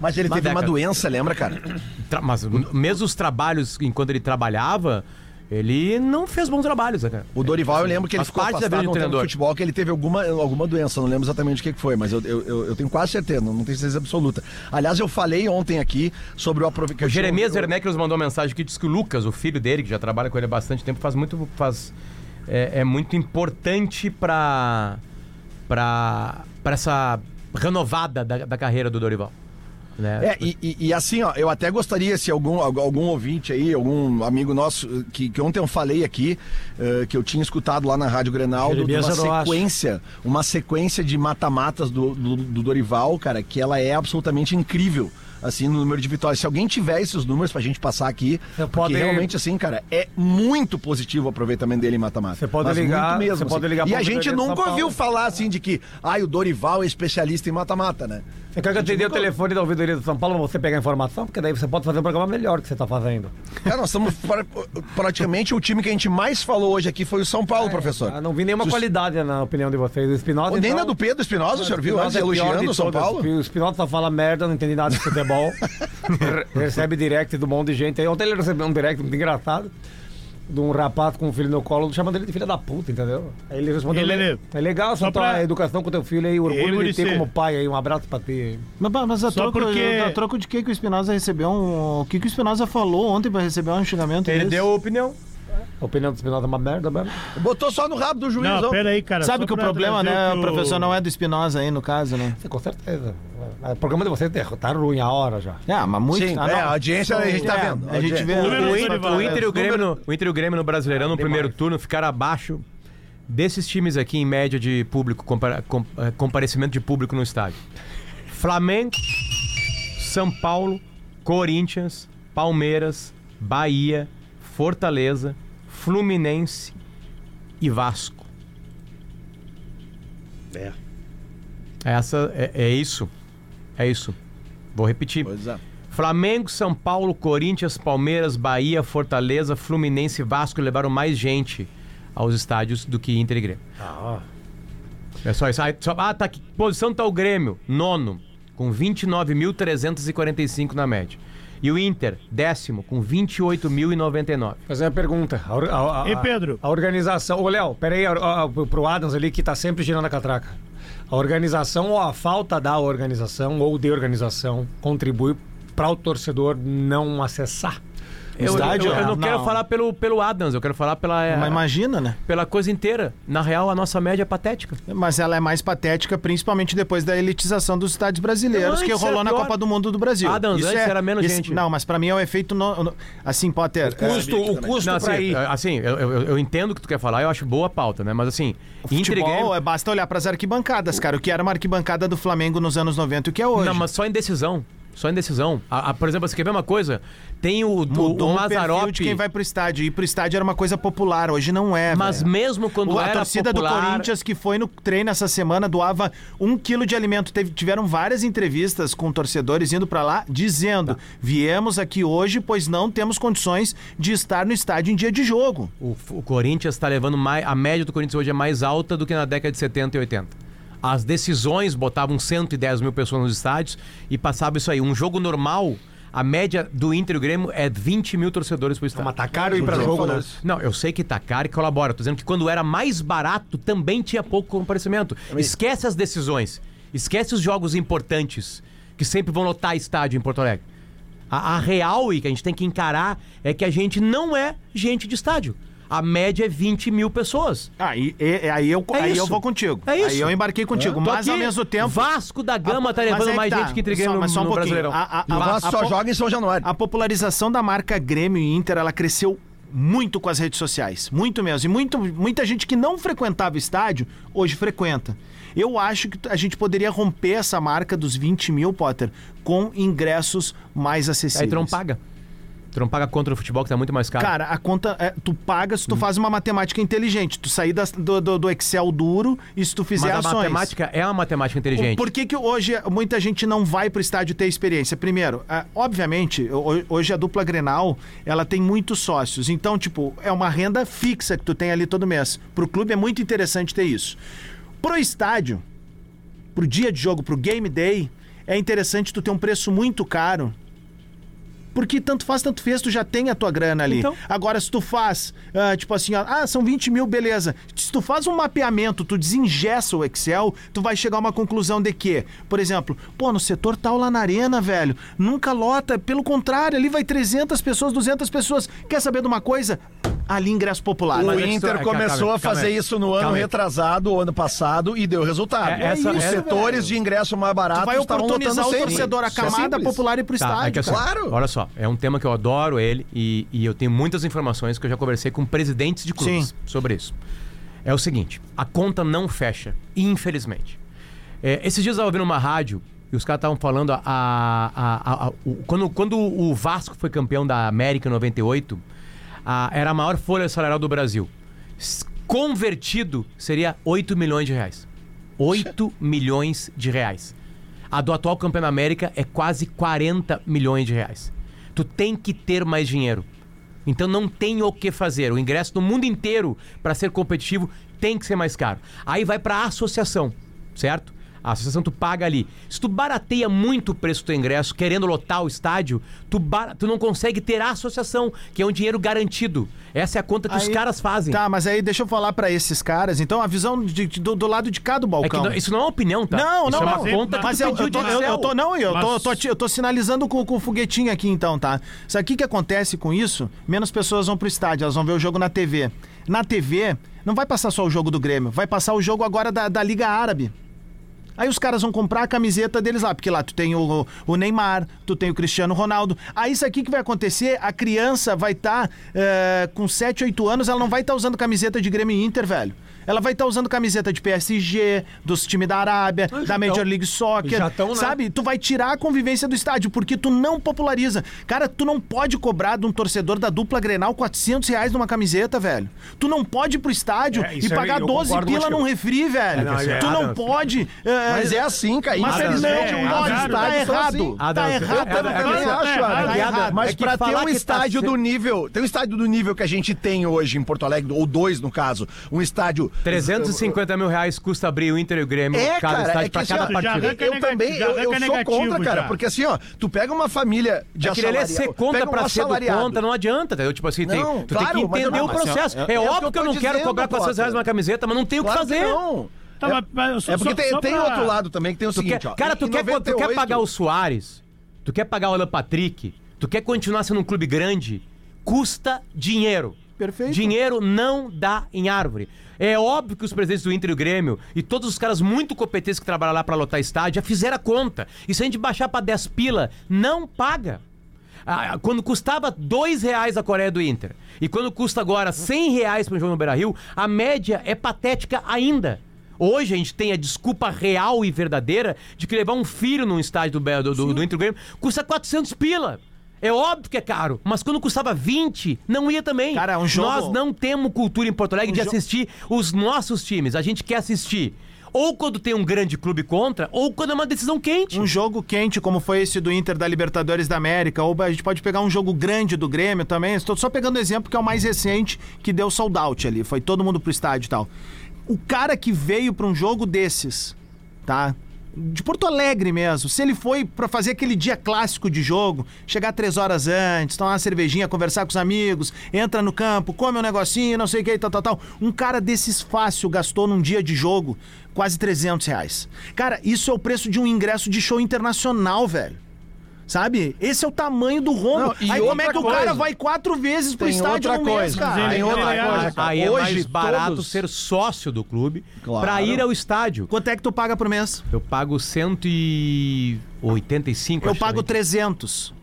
[SPEAKER 5] Mas ele teve uma
[SPEAKER 7] década.
[SPEAKER 5] doença, lembra, cara?
[SPEAKER 7] Tra- mas
[SPEAKER 2] Hum.
[SPEAKER 7] n- mesmo os trabalhos enquanto ele trabalhava, ele não fez bons trabalhos, né, cara?
[SPEAKER 5] O Dorival, eu lembro que ele
[SPEAKER 7] Faz
[SPEAKER 5] ficou
[SPEAKER 7] parte da
[SPEAKER 5] afastado
[SPEAKER 7] vida
[SPEAKER 5] um
[SPEAKER 7] do
[SPEAKER 5] tempo do
[SPEAKER 7] treinador.
[SPEAKER 5] futebol, que ele teve alguma, alguma doença, não lembro exatamente o que que foi, mas eu, eu, eu- eu tenho quase certeza, não tenho certeza absoluta. Aliás, eu falei ontem aqui sobre o aproveitamento...
[SPEAKER 7] O Jeremias
[SPEAKER 5] um-
[SPEAKER 7] Werneck nos mandou uma mensagem que diz que o Lucas, o filho dele, que já trabalha com ele há bastante tempo, faz muito. Faz, é, é muito importante pra. pra. pra essa renovada da, da carreira do Dorival. né?
[SPEAKER 5] É, e, e- e assim, ó, eu até gostaria se algum, al- algum ouvinte aí, algum amigo nosso, eh, que, que ontem eu falei aqui, eh, que eu tinha escutado lá na Rádio Grenal, de
[SPEAKER 18] Jeremias
[SPEAKER 5] uma
[SPEAKER 18] Aroás.
[SPEAKER 5] sequência, uma sequência de mata-matas do, do, do Dorival, cara, que ela é absolutamente incrível. Assim, no número de vitórias. Se alguém tiver esses números pra gente passar aqui, porque
[SPEAKER 4] pode-
[SPEAKER 5] realmente, assim, cara, é muito positivo o aproveitamento dele em mata-mata. Você
[SPEAKER 4] pode ligar-
[SPEAKER 5] mesmo,
[SPEAKER 4] você
[SPEAKER 5] assim.
[SPEAKER 4] pode ligar
[SPEAKER 5] E
[SPEAKER 4] pra
[SPEAKER 5] a gente
[SPEAKER 4] Prefeitura de São
[SPEAKER 5] nunca ouviu
[SPEAKER 4] Paulo.
[SPEAKER 5] falar, assim, de que, ai, o Dorival é especialista em mata-mata, né?
[SPEAKER 4] Você quer que eu te dê o telefone da ouvidoria do São Paulo pra você pegar a informação? Porque daí você pode fazer um programa melhor que você tá fazendo.
[SPEAKER 5] Cara, É, nós estamos pra- praticamente o time que a gente mais falou hoje aqui foi o São Paulo, professor.
[SPEAKER 4] Ah, não vi nenhuma
[SPEAKER 5] Se-
[SPEAKER 4] qualidade na opinião de vocês. O Espinosa.
[SPEAKER 5] Tá. Nem
[SPEAKER 4] então-
[SPEAKER 5] na é do Pedro Espinosa, o senhor viu? Antes
[SPEAKER 4] Espinosa é pior de
[SPEAKER 5] elogiando o São
[SPEAKER 4] todas.
[SPEAKER 5] Paulo.
[SPEAKER 4] O Espinosa só fala merda, não entende nada de
[SPEAKER 5] [LAUGHS]
[SPEAKER 4] futebol. recebe direct do monte de gente. aí. Ontem ele recebeu um direct muito engraçado de um rapaz com um filho no colo, chamando ele de filha da puta, entendeu? Aí ele respondeu:
[SPEAKER 6] Ele- ele-
[SPEAKER 4] É legal
[SPEAKER 6] só
[SPEAKER 4] só tua
[SPEAKER 6] pra-
[SPEAKER 4] educação com teu filho aí, o
[SPEAKER 6] Ei,
[SPEAKER 4] orgulho de
[SPEAKER 6] Muricy.
[SPEAKER 4] ter como pai aí. Um abraço pra ti. aí."
[SPEAKER 2] Mas, pá, mas a,
[SPEAKER 6] Só
[SPEAKER 2] troco,
[SPEAKER 6] porque-
[SPEAKER 2] a troco de que que o Espinosa recebeu um... O que que o Espinosa falou ontem pra receber um xingamento
[SPEAKER 4] Ele
[SPEAKER 2] desse?
[SPEAKER 4] deu opinião. A opinião do Espinosa é uma merda mesmo.
[SPEAKER 5] Botou só no rabo do juiz. ó.
[SPEAKER 2] Sabe que o problema, né, professor, não é do Espinosa aí, no caso, né?
[SPEAKER 4] Com certeza. O programa de vocês tá- tá ruim a hora já.
[SPEAKER 2] Ah, mas muito.
[SPEAKER 5] Sim, é, a audiência a gente tá
[SPEAKER 2] É,
[SPEAKER 5] vendo.
[SPEAKER 2] A gente vê.
[SPEAKER 7] O Inter, o Inter e o Grêmio, no- o Inter e o Grêmio no Brasileirão no primeiro turno ficaram abaixo desses times aqui em média de público, compara- com- eh, comparecimento de público no estádio. Flamengo, São Paulo, Corinthians, Palmeiras, Bahia, Fortaleza, Fluminense e Vasco.
[SPEAKER 18] É.
[SPEAKER 7] Essa é, é isso. É isso. Vou repetir.
[SPEAKER 4] é.
[SPEAKER 7] Flamengo, São Paulo, Corinthians, Palmeiras, Bahia, Fortaleza, Fluminense e Vasco levaram mais gente aos estádios do que Inter e Grêmio.
[SPEAKER 4] Ah,
[SPEAKER 7] É só isso. Ah, só- ah, tá aqui. Posição tá o Grêmio, nono, com 29.345 na média. E o Inter, décimo, com 28.099.
[SPEAKER 4] Fazer uma pergunta. A, or- a- a-
[SPEAKER 7] Ei, Pedro.
[SPEAKER 4] A organização. Ô, Léo, peraí, a, a, pro Adams ali que tá sempre girando a catraca. A organização ou a falta da organização ou de organização contribui para o torcedor não acessar. o
[SPEAKER 7] Eu,
[SPEAKER 4] estádio?
[SPEAKER 7] eu- eu não, quero falar pelo, pelo Adams, eu quero falar pela. eh,
[SPEAKER 2] Mas imagina, né?
[SPEAKER 7] Pela coisa inteira. Na real, a nossa média é patética.
[SPEAKER 2] Mas ela é mais patética, principalmente depois da elitização dos estádios
[SPEAKER 7] Não,
[SPEAKER 2] brasileiros
[SPEAKER 7] antes
[SPEAKER 2] que
[SPEAKER 7] era
[SPEAKER 2] rolou na
[SPEAKER 7] pior.
[SPEAKER 2] Copa do Mundo do Brasil. é
[SPEAKER 7] Adams, antes era menos gente.
[SPEAKER 2] Não, mas pra mim é um efeito. no- no- assim, Potter. é-
[SPEAKER 7] Não, assim, eh, Assim, eu, eu, eu entendo o que tu quer falar, eu acho boa a pauta, né? Mas assim, Inter e
[SPEAKER 2] Futebol,
[SPEAKER 7] Grêmio.
[SPEAKER 2] é, basta olhar pras arquibancadas, cara. O que era uma arquibancada do Flamengo nos anos 90 e o que é hoje.
[SPEAKER 7] Não, mas só em decisão. Só em decisão. A- a- por exemplo, você quer ver uma coisa? Tem o, o,
[SPEAKER 2] Mudou
[SPEAKER 7] o
[SPEAKER 2] o perfil
[SPEAKER 7] Mazzaropi.
[SPEAKER 2] de quem vai pro estádio. Ir pro estádio era uma coisa popular, hoje não é.
[SPEAKER 7] Mas
[SPEAKER 2] velho.
[SPEAKER 7] mesmo quando
[SPEAKER 2] a
[SPEAKER 7] era
[SPEAKER 2] torcida do
[SPEAKER 7] popular-
[SPEAKER 2] Corinthians que foi no treino essa semana doava um quilo de alimento. Teve- tiveram várias entrevistas com torcedores indo pra lá dizendo:
[SPEAKER 7] Tá.
[SPEAKER 2] viemos aqui hoje, pois não temos condições de estar no estádio em dia de jogo.
[SPEAKER 7] O, o Corinthians está levando mais. A média do Corinthians hoje é mais alta do que na década de 70 e 80. As decisões botavam 110 mil pessoas nos estádios e passava isso aí. Um jogo normal, a média do Inter e o Grêmio é 20 mil torcedores por estádio. Mas tá
[SPEAKER 4] caro ir pra jogo, né?
[SPEAKER 7] Não, eu sei que tá caro e colabora. Tô dizendo que quando era mais barato também tinha pouco comparecimento. Esquece as decisões. Esquece os jogos importantes que sempre vão lotar estádio em Porto Alegre. A, a real e que a gente tem que encarar é que a gente não é gente de estádio. A média é 20 mil pessoas.
[SPEAKER 2] Aí, aí, eu, aí eu vou contigo.
[SPEAKER 7] É isso.
[SPEAKER 2] Aí eu embarquei contigo.
[SPEAKER 7] Tô
[SPEAKER 2] Mas ao
[SPEAKER 7] aqui,
[SPEAKER 2] mesmo tempo.
[SPEAKER 7] Vasco da Gama tá
[SPEAKER 2] Mas
[SPEAKER 7] levando
[SPEAKER 2] é
[SPEAKER 7] mais
[SPEAKER 2] tá.
[SPEAKER 7] gente que entreguei
[SPEAKER 2] Só-
[SPEAKER 7] no,
[SPEAKER 2] mas só um
[SPEAKER 7] no
[SPEAKER 2] pouquinho.
[SPEAKER 7] Brasileirão.
[SPEAKER 2] A- a-
[SPEAKER 7] E o
[SPEAKER 2] a-
[SPEAKER 7] Vasco
[SPEAKER 2] a
[SPEAKER 7] só
[SPEAKER 2] po-
[SPEAKER 7] joga
[SPEAKER 5] em São Januário.
[SPEAKER 2] A popularização da marca Grêmio e Inter, ela cresceu muito com as redes sociais, muito mesmo. E muito, muita gente que não frequentava o estádio, hoje frequenta. Eu acho que a gente poderia romper essa marca dos 20 mil, Potter, com ingressos mais acessíveis.
[SPEAKER 7] Aí tu não paga. Tu não paga contra o futebol que tá muito mais caro.
[SPEAKER 2] Cara, a conta. é, tu paga se tu
[SPEAKER 7] Hum.
[SPEAKER 2] faz uma matemática inteligente. Tu sair das- do, do- do Excel duro e se tu fizer
[SPEAKER 7] Mas a
[SPEAKER 2] ações.
[SPEAKER 7] matemática é uma matemática inteligente.
[SPEAKER 2] Por que, que hoje muita gente não vai pro estádio ter experiência? Primeiro, ah, obviamente, ho- hoje a dupla Grenal, ela tem muitos sócios. Então, tipo, é uma renda fixa que tu tem ali todo mês. Pro clube é muito interessante ter isso. Pro estádio, pro dia de jogo, pro game day, é interessante tu ter um preço muito caro porque tanto faz, tanto fez, tu já tem a tua grana ali.
[SPEAKER 7] Então.
[SPEAKER 2] Agora, se tu faz, ah, tipo assim, ó, ah, são 20 mil, beleza. Se tu faz um mapeamento, tu desingessa o Excel, tu vai chegar a uma conclusão de que, por exemplo, pô, no setor tal lá na arena, velho, nunca lota. Pelo contrário, ali vai 300 pessoas, 200 pessoas. Quer saber de uma coisa? ali ingresso
[SPEAKER 4] Ah,
[SPEAKER 2] popular.
[SPEAKER 5] O Inter começou a fazer isso no ano retrasado, o ano passado, e deu resultado.
[SPEAKER 7] É, essa-
[SPEAKER 5] Os
[SPEAKER 7] é-
[SPEAKER 5] setores de ingresso mais baratos
[SPEAKER 2] Tu vai
[SPEAKER 5] estavam
[SPEAKER 2] oportunizar
[SPEAKER 5] lotando
[SPEAKER 2] o
[SPEAKER 5] sempre.
[SPEAKER 2] torcedor, a
[SPEAKER 5] Isso é
[SPEAKER 2] camada
[SPEAKER 5] simples.
[SPEAKER 2] popular ir pro
[SPEAKER 7] Tá, é
[SPEAKER 2] estádio.
[SPEAKER 7] que assim,
[SPEAKER 2] claro.
[SPEAKER 7] Olha só, é um tema que eu adoro ele e, e eu tenho muitas informações que eu já conversei com presidentes de clubes
[SPEAKER 2] Sim.
[SPEAKER 7] sobre isso. É o seguinte, a conta não fecha, infelizmente. É, esses dias eu estava ouvindo uma rádio e os caras estavam falando a, a- a- a- o- quando, quando o Vasco foi campeão da América em 98, a- era a maior folha salarial do Brasil. S- Convertido seria 8 milhões de reais. 8 milhões de reais. A do atual campeão da América é quase 40 milhões de reais. Tu tem que ter mais dinheiro. Então não tem o que fazer. O ingresso no mundo inteiro para ser competitivo tem que ser mais caro. Aí vai para a associação, certo? A associação tu paga ali. Se tu barateia muito o preço do teu ingresso, querendo lotar o estádio, tu, bara- tu não consegue ter a associação, que é um dinheiro garantido. Essa é a conta que os
[SPEAKER 2] Aí-
[SPEAKER 7] caras fazem.
[SPEAKER 2] Tá, mas aí deixa eu falar pra esses caras, então, a visão de- de- do, do lado de cá do
[SPEAKER 7] É que
[SPEAKER 2] balcão.
[SPEAKER 7] não- isso não é uma opinião, tá?
[SPEAKER 2] Não,
[SPEAKER 7] Isso
[SPEAKER 2] não,
[SPEAKER 7] é uma
[SPEAKER 2] não.
[SPEAKER 7] conta que
[SPEAKER 2] mas
[SPEAKER 7] tu
[SPEAKER 2] eu,
[SPEAKER 7] pediu
[SPEAKER 2] eu tô,
[SPEAKER 7] de
[SPEAKER 2] eu,
[SPEAKER 7] Excel.
[SPEAKER 2] eu tô não, eu, tô,
[SPEAKER 7] Mas-
[SPEAKER 2] eu tô te- eu tô sinalizando com, com o foguetinho aqui então, tá? Sabe o que que acontece com isso? Menos pessoas vão pro estádio, elas vão ver o jogo na TV. Na TV não vai passar só o jogo do Grêmio, vai passar o jogo agora da, da Liga Árabe. Aí os caras vão comprar a camiseta deles lá, porque lá tu tem o, o Neymar, tu tem o Cristiano Ronaldo. Aí isso aqui que vai acontecer, a criança vai estar com 7, 8 anos, ela não vai estar usando camiseta de Grêmio e Inter, velho. Ela vai estar usando camiseta de PSG, dos times da Arábia, da
[SPEAKER 19] Ah, já
[SPEAKER 2] Major
[SPEAKER 19] tão-
[SPEAKER 2] League Soccer.
[SPEAKER 19] já tão, né?
[SPEAKER 2] Sabe? Tu vai tirar a convivência do estádio, porque tu não populariza. Cara, tu não pode cobrar de um torcedor da dupla Grenal 400 reais numa camiseta, velho. Tu não pode ir pro estádio
[SPEAKER 19] É, isso
[SPEAKER 2] e
[SPEAKER 19] é-
[SPEAKER 2] pagar
[SPEAKER 19] eu
[SPEAKER 2] 12
[SPEAKER 19] concordo
[SPEAKER 2] pila
[SPEAKER 19] contigo.
[SPEAKER 2] num refri, velho.
[SPEAKER 19] É, não, é
[SPEAKER 2] tu
[SPEAKER 19] errado,
[SPEAKER 2] não
[SPEAKER 19] assim.
[SPEAKER 2] pode.
[SPEAKER 5] Mas é assim, cara.
[SPEAKER 2] Mas
[SPEAKER 5] Infelizmente,
[SPEAKER 2] é,
[SPEAKER 5] um dos
[SPEAKER 2] Adams, tá
[SPEAKER 5] estádios são
[SPEAKER 2] errado.
[SPEAKER 5] assim.
[SPEAKER 2] Tá Adams, errado.
[SPEAKER 5] Eu também
[SPEAKER 2] é,
[SPEAKER 5] também
[SPEAKER 2] é,
[SPEAKER 5] acho,
[SPEAKER 2] é,
[SPEAKER 5] Adams.
[SPEAKER 2] é errado.
[SPEAKER 5] Mas
[SPEAKER 2] É que
[SPEAKER 5] pra ter
[SPEAKER 2] falar
[SPEAKER 5] um
[SPEAKER 2] que tá
[SPEAKER 5] estádio
[SPEAKER 2] se-
[SPEAKER 5] do nível... Tem um estádio do nível que a gente tem hoje em Porto Alegre, ou dois, no caso. Um estádio...
[SPEAKER 7] 350 mil reais custa abrir o Inter e o Grêmio,
[SPEAKER 5] É,
[SPEAKER 7] cada
[SPEAKER 5] cara,
[SPEAKER 7] estádio
[SPEAKER 5] é que
[SPEAKER 7] pra
[SPEAKER 5] assim,
[SPEAKER 7] cada
[SPEAKER 5] ó,
[SPEAKER 7] partida.
[SPEAKER 5] Eu também, eu, eu sou contra, cara, porque assim, ó, tu pega uma família de
[SPEAKER 7] Já que ele é
[SPEAKER 5] assalariado...
[SPEAKER 7] ser
[SPEAKER 5] pega
[SPEAKER 7] conta
[SPEAKER 5] um
[SPEAKER 7] pra ser do
[SPEAKER 5] assalariado.
[SPEAKER 7] conta, não adianta, entendeu? Tipo assim, tem,
[SPEAKER 5] Não, claro,
[SPEAKER 7] tu tem
[SPEAKER 5] mas
[SPEAKER 7] que entender
[SPEAKER 5] não,
[SPEAKER 7] o
[SPEAKER 5] mas, assim, ó,
[SPEAKER 7] processo.
[SPEAKER 5] é-
[SPEAKER 7] é
[SPEAKER 5] é o que
[SPEAKER 7] óbvio
[SPEAKER 5] eu
[SPEAKER 7] que eu
[SPEAKER 5] tô
[SPEAKER 7] não quero
[SPEAKER 5] dizendo,
[SPEAKER 7] cobrar 400 reais
[SPEAKER 5] Potter.
[SPEAKER 7] uma camiseta, mas não tem o que
[SPEAKER 5] Claro
[SPEAKER 7] fazer.
[SPEAKER 5] não.
[SPEAKER 6] Tá,
[SPEAKER 5] é,
[SPEAKER 6] mas- mas só-
[SPEAKER 5] é porque
[SPEAKER 6] só-
[SPEAKER 5] tem,
[SPEAKER 6] só
[SPEAKER 5] tem
[SPEAKER 6] pra-
[SPEAKER 5] outro lado também que tem o
[SPEAKER 7] Tu
[SPEAKER 5] seguinte,
[SPEAKER 7] quer-
[SPEAKER 5] ó.
[SPEAKER 7] cara,
[SPEAKER 5] em
[SPEAKER 7] tu quer, tu quer
[SPEAKER 5] 98,
[SPEAKER 7] pagar o Soares, tu quer pagar o Alan Patrick, tu quer continuar sendo um clube grande, custa dinheiro.
[SPEAKER 2] Perfeito.
[SPEAKER 7] Dinheiro não dá em árvore. É óbvio que os presidentes do Inter e o Grêmio e todos os caras muito competentes que trabalham lá pra lotar estádio já fizeram a conta. E se a gente baixar pra 10 pila, não paga. Ah, ah, Quando custava 2 reais a Coreia do Inter e quando custa agora 100 reais para um jogo no Beira-Rio, a média é patética ainda. Hoje a gente tem a desculpa real e verdadeira de que levar um filho num estádio do, Be- do, do, do Inter e Grêmio custa 400 pila. É óbvio que é caro, mas quando custava 20, não ia também.
[SPEAKER 2] Cara, um jogo-
[SPEAKER 7] Nós não temos Então cultura em Porto Alegre de
[SPEAKER 2] jo-
[SPEAKER 7] assistir os nossos times. A gente quer assistir ou quando tem um grande clube contra, ou quando é uma decisão quente.
[SPEAKER 2] Um jogo quente, como foi esse do Inter da Libertadores da América, ou a gente pode pegar um jogo grande do Grêmio também. Estou só pegando o exemplo que é o mais recente, que deu sold out ali. Foi todo mundo pro estádio e tal. O cara que veio pra um jogo desses, tá? De Porto Alegre mesmo. Se ele foi pra fazer aquele dia clássico de jogo, chegar três horas antes, tomar uma cervejinha, conversar com os amigos, entra no campo, come um negocinho, não sei o que, tal, tal, tal. Um cara desses fácil gastou num dia de jogo quase 300 reais. Cara, isso é o preço de um ingresso de show internacional, velho. Sabe? Esse é o tamanho do rombo.
[SPEAKER 5] Não, e
[SPEAKER 2] Aí como é
[SPEAKER 5] outra
[SPEAKER 2] que o
[SPEAKER 5] coisa.
[SPEAKER 2] cara vai quatro vezes pro
[SPEAKER 5] Tem
[SPEAKER 2] estádio
[SPEAKER 7] um
[SPEAKER 5] outra
[SPEAKER 2] no mês,
[SPEAKER 5] coisa.
[SPEAKER 2] cara? um-
[SPEAKER 5] Tem outra coisa, Ah, cara.
[SPEAKER 7] Aí é
[SPEAKER 5] Hoje
[SPEAKER 7] mais barato
[SPEAKER 5] todos-
[SPEAKER 7] ser sócio do clube
[SPEAKER 5] Claro.
[SPEAKER 7] pra ir ao estádio.
[SPEAKER 2] Quanto é que tu paga por mês?
[SPEAKER 7] Eu pago 185,
[SPEAKER 2] Eu
[SPEAKER 7] acho
[SPEAKER 2] pago
[SPEAKER 7] também.
[SPEAKER 2] 300.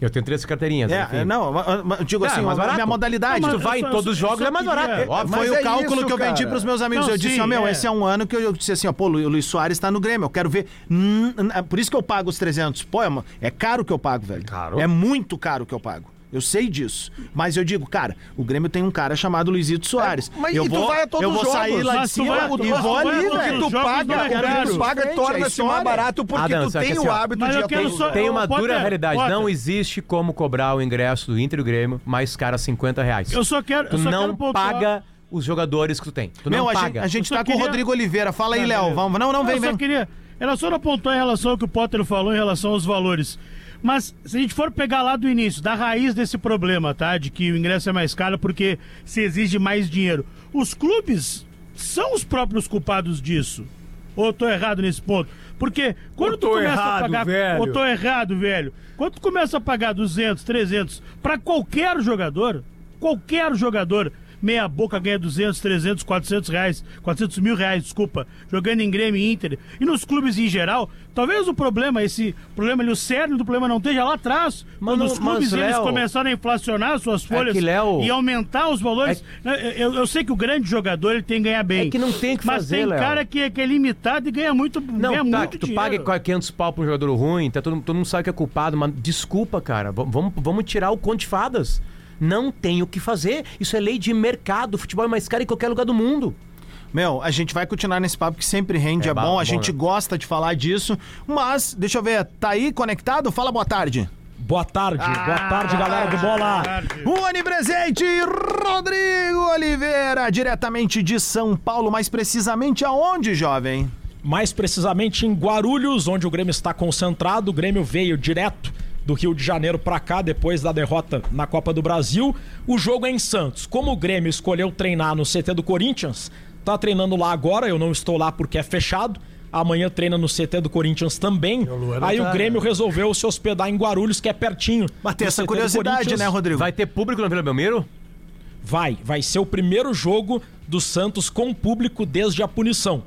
[SPEAKER 7] Eu tenho três carteirinhas, enfim.
[SPEAKER 2] É, é, não, eu- eu digo
[SPEAKER 7] É,
[SPEAKER 2] assim,
[SPEAKER 7] mais
[SPEAKER 2] a
[SPEAKER 7] barato.
[SPEAKER 2] minha modalidade.
[SPEAKER 7] Tu vai em todos os jogos, é mais barato. é óbvio.
[SPEAKER 2] Ah, Foi
[SPEAKER 5] Mas
[SPEAKER 2] o
[SPEAKER 5] é
[SPEAKER 2] cálculo
[SPEAKER 5] isso,
[SPEAKER 2] que eu vendi
[SPEAKER 5] cara.
[SPEAKER 2] pros meus amigos.
[SPEAKER 6] Não,
[SPEAKER 2] eu disse,
[SPEAKER 6] sim,
[SPEAKER 2] ó, meu,
[SPEAKER 6] é.
[SPEAKER 2] esse é um ano que eu, eu disse assim, ó, pô, o Lu- o Luiz Soares tá no Grêmio, eu quero ver. Hum, hum, é por isso que eu pago os 300. Pô, é, uma- é caro que eu pago, velho.
[SPEAKER 7] Caro.
[SPEAKER 2] É muito caro que eu pago. Eu sei disso. Mas eu digo, cara, o Grêmio tem um cara chamado Luizito Soares.
[SPEAKER 5] É, mas
[SPEAKER 2] eu
[SPEAKER 5] e tu
[SPEAKER 2] vou,
[SPEAKER 5] vai a todos
[SPEAKER 2] eu
[SPEAKER 5] os
[SPEAKER 2] vou sair
[SPEAKER 5] jogos?
[SPEAKER 2] lá de
[SPEAKER 6] Mas tu
[SPEAKER 2] cima
[SPEAKER 6] vai a todos-
[SPEAKER 2] e vou
[SPEAKER 6] tu vai a
[SPEAKER 2] ali,
[SPEAKER 6] todos
[SPEAKER 2] velho.
[SPEAKER 6] os
[SPEAKER 5] Tu
[SPEAKER 6] jogos
[SPEAKER 5] paga,
[SPEAKER 6] não é
[SPEAKER 5] cara, tu
[SPEAKER 6] caro.
[SPEAKER 5] paga,
[SPEAKER 2] Frente, é
[SPEAKER 5] torna-se
[SPEAKER 2] história.
[SPEAKER 5] mais barato porque
[SPEAKER 7] Adams,
[SPEAKER 5] tu
[SPEAKER 7] é que
[SPEAKER 5] tem
[SPEAKER 7] assim,
[SPEAKER 5] o
[SPEAKER 7] ó,
[SPEAKER 5] hábito
[SPEAKER 6] mas
[SPEAKER 5] de
[SPEAKER 6] eu
[SPEAKER 5] ir a
[SPEAKER 6] quero
[SPEAKER 5] todos os
[SPEAKER 6] só-
[SPEAKER 5] jogos.
[SPEAKER 7] Tem
[SPEAKER 6] Ô,
[SPEAKER 7] uma
[SPEAKER 6] Potter,
[SPEAKER 7] dura realidade.
[SPEAKER 6] Potter.
[SPEAKER 7] Não existe como cobrar o ingresso do Inter e o Grêmio mais caro a 50 reais.
[SPEAKER 6] Eu só quero- eu
[SPEAKER 7] Tu
[SPEAKER 6] só
[SPEAKER 7] não
[SPEAKER 6] quero pontuar-
[SPEAKER 7] paga os jogadores que tu tem. Tu
[SPEAKER 2] Meu,
[SPEAKER 7] não
[SPEAKER 2] a
[SPEAKER 7] paga.
[SPEAKER 2] gente, a gente
[SPEAKER 6] Eu só
[SPEAKER 2] tá com o
[SPEAKER 6] queria-
[SPEAKER 2] Rodrigo Oliveira. Fala aí, Léo. Vamos. Não, não, vem,
[SPEAKER 6] eu
[SPEAKER 2] vem.
[SPEAKER 6] só queria. Ela só não apontou em relação ao que o Potter falou em relação aos valores. Mas se a gente for pegar lá do início, da raiz desse problema, tá? De que o ingresso é mais caro porque se exige mais dinheiro. Os clubes são os próprios culpados disso. Ou eu tô errado nesse ponto? Porque quando
[SPEAKER 4] Eu
[SPEAKER 6] tu
[SPEAKER 4] tô
[SPEAKER 6] começa
[SPEAKER 4] errado,
[SPEAKER 6] a pagar.
[SPEAKER 4] velho.
[SPEAKER 6] Eu tô errado, velho. Quando tu começa a pagar 200, 300 pra qualquer jogador, Qualquer jogador meia boca ganha 200, 300, 400 reais, 400 mil reais, desculpa, jogando em Grêmio e Inter e nos clubes em geral, talvez o problema, esse problema ali, o cerne do problema não esteja lá atrás,
[SPEAKER 7] Mas
[SPEAKER 6] quando
[SPEAKER 7] não-
[SPEAKER 6] os clubes
[SPEAKER 7] mas,
[SPEAKER 6] eles
[SPEAKER 7] Léo- É
[SPEAKER 6] começaram a inflacionar suas folhas
[SPEAKER 7] que, Léo-
[SPEAKER 6] e aumentar os valores. Né, Eu, eu sei que o grande jogador ele tem que ganhar bem.
[SPEAKER 7] É que não tem que
[SPEAKER 6] mas
[SPEAKER 7] fazer,
[SPEAKER 6] tem
[SPEAKER 7] Léo.
[SPEAKER 6] cara que, que é limitado e ganha muito,
[SPEAKER 7] Não,
[SPEAKER 6] ganha
[SPEAKER 7] tá,
[SPEAKER 6] muito
[SPEAKER 7] que tu
[SPEAKER 6] dinheiro.
[SPEAKER 7] paga 500 pau pra um jogador ruim, tá, todo, todo mundo sabe que é culpado, mas desculpa, cara, v- vamos, vamos tirar o conto de fadas. Não tem o que fazer, isso é lei de mercado, o futebol é mais caro em qualquer lugar do mundo.
[SPEAKER 2] Meu, a gente vai continuar nesse papo que sempre rende, é,
[SPEAKER 7] É
[SPEAKER 2] bom,
[SPEAKER 7] ba- bom,
[SPEAKER 2] a gente
[SPEAKER 7] né?
[SPEAKER 2] gosta de falar disso. Mas, deixa eu ver, tá aí conectado? Fala boa tarde.
[SPEAKER 20] Boa tarde, boa tarde, galera do Bola.
[SPEAKER 2] Onipresente Rodrigo Oliveira, diretamente de São Paulo, mais precisamente aonde, jovem?
[SPEAKER 20] Mais precisamente em Guarulhos, onde o Grêmio está concentrado. O Grêmio veio direto do Rio de Janeiro para cá depois da derrota na Copa do Brasil. O jogo é em Santos. Como o Grêmio escolheu treinar no CT do Corinthians, tá treinando lá agora, eu não estou lá porque é fechado. Amanhã treina no CT do Corinthians também.
[SPEAKER 7] Luan
[SPEAKER 20] Aí
[SPEAKER 7] não
[SPEAKER 20] o
[SPEAKER 7] tá,
[SPEAKER 20] Grêmio resolveu se hospedar em Guarulhos, que é pertinho. Mas
[SPEAKER 2] tem essa curiosidade, né, Rodrigo?
[SPEAKER 20] Vai
[SPEAKER 7] ter público no Vila Belmiro?
[SPEAKER 20] Vai, vai ser o primeiro jogo do Santos com público desde a punição.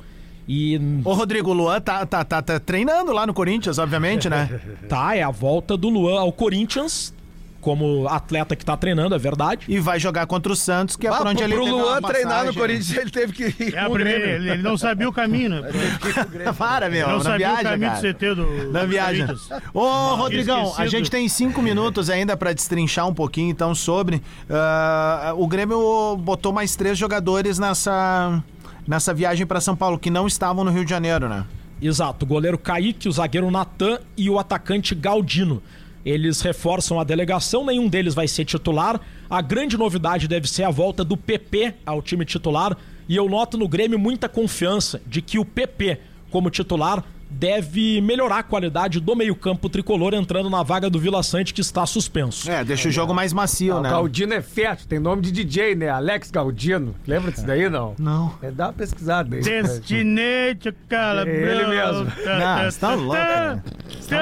[SPEAKER 20] E
[SPEAKER 2] Ô, Rodrigo, o Luan tá, tá, tá, tá treinando lá no Corinthians, obviamente, né?
[SPEAKER 20] [LAUGHS] Tá, é a volta do Luan ao Corinthians. Como atleta que tá treinando, é verdade.
[SPEAKER 2] E vai jogar contra o Santos, que é
[SPEAKER 20] Ah,
[SPEAKER 2] por onde
[SPEAKER 20] pro-
[SPEAKER 2] ele
[SPEAKER 20] pro
[SPEAKER 2] teve uma
[SPEAKER 20] Luan treinar
[SPEAKER 2] passagem.
[SPEAKER 20] no Corinthians,
[SPEAKER 21] ele teve que ir
[SPEAKER 6] É a primeira, ele, ele não sabia o caminho, né?
[SPEAKER 2] [LAUGHS] Para, meu,
[SPEAKER 6] Não
[SPEAKER 2] na
[SPEAKER 6] sabia
[SPEAKER 2] viagem,
[SPEAKER 6] o caminho
[SPEAKER 2] cara.
[SPEAKER 6] do CT do
[SPEAKER 2] Na
[SPEAKER 6] do
[SPEAKER 2] viagem.
[SPEAKER 6] Corinthians.
[SPEAKER 2] Ô, Rodrigão, a
[SPEAKER 6] Esquecido.
[SPEAKER 2] gente tem cinco minutos ainda pra destrinchar um pouquinho, então, sobre. ah, o Grêmio botou mais três jogadores nessa, nessa viagem pra São Paulo, que não estavam no Rio de Janeiro, né?
[SPEAKER 20] Exato, o goleiro Kaique, o zagueiro Natan e o atacante Galdino. Eles reforçam a delegação, nenhum deles vai ser titular. A grande novidade deve ser a volta do PP ao time titular. E eu noto no Grêmio muita confiança de que o PP, como titular, deve melhorar a qualidade do meio-campo tricolor entrando na vaga do Vila Sante, que está suspenso.
[SPEAKER 2] É, deixa o jogo mais macio,
[SPEAKER 20] o
[SPEAKER 2] né?
[SPEAKER 20] Galdino
[SPEAKER 22] é fértil, tem nome de DJ, né? Alex Galdino. Lembra disso daí, não? Não. É, dá uma pesquisada aí.
[SPEAKER 6] Destinate, cara.
[SPEAKER 22] Ele mesmo.
[SPEAKER 21] Não, você tá louco, né?
[SPEAKER 6] tá,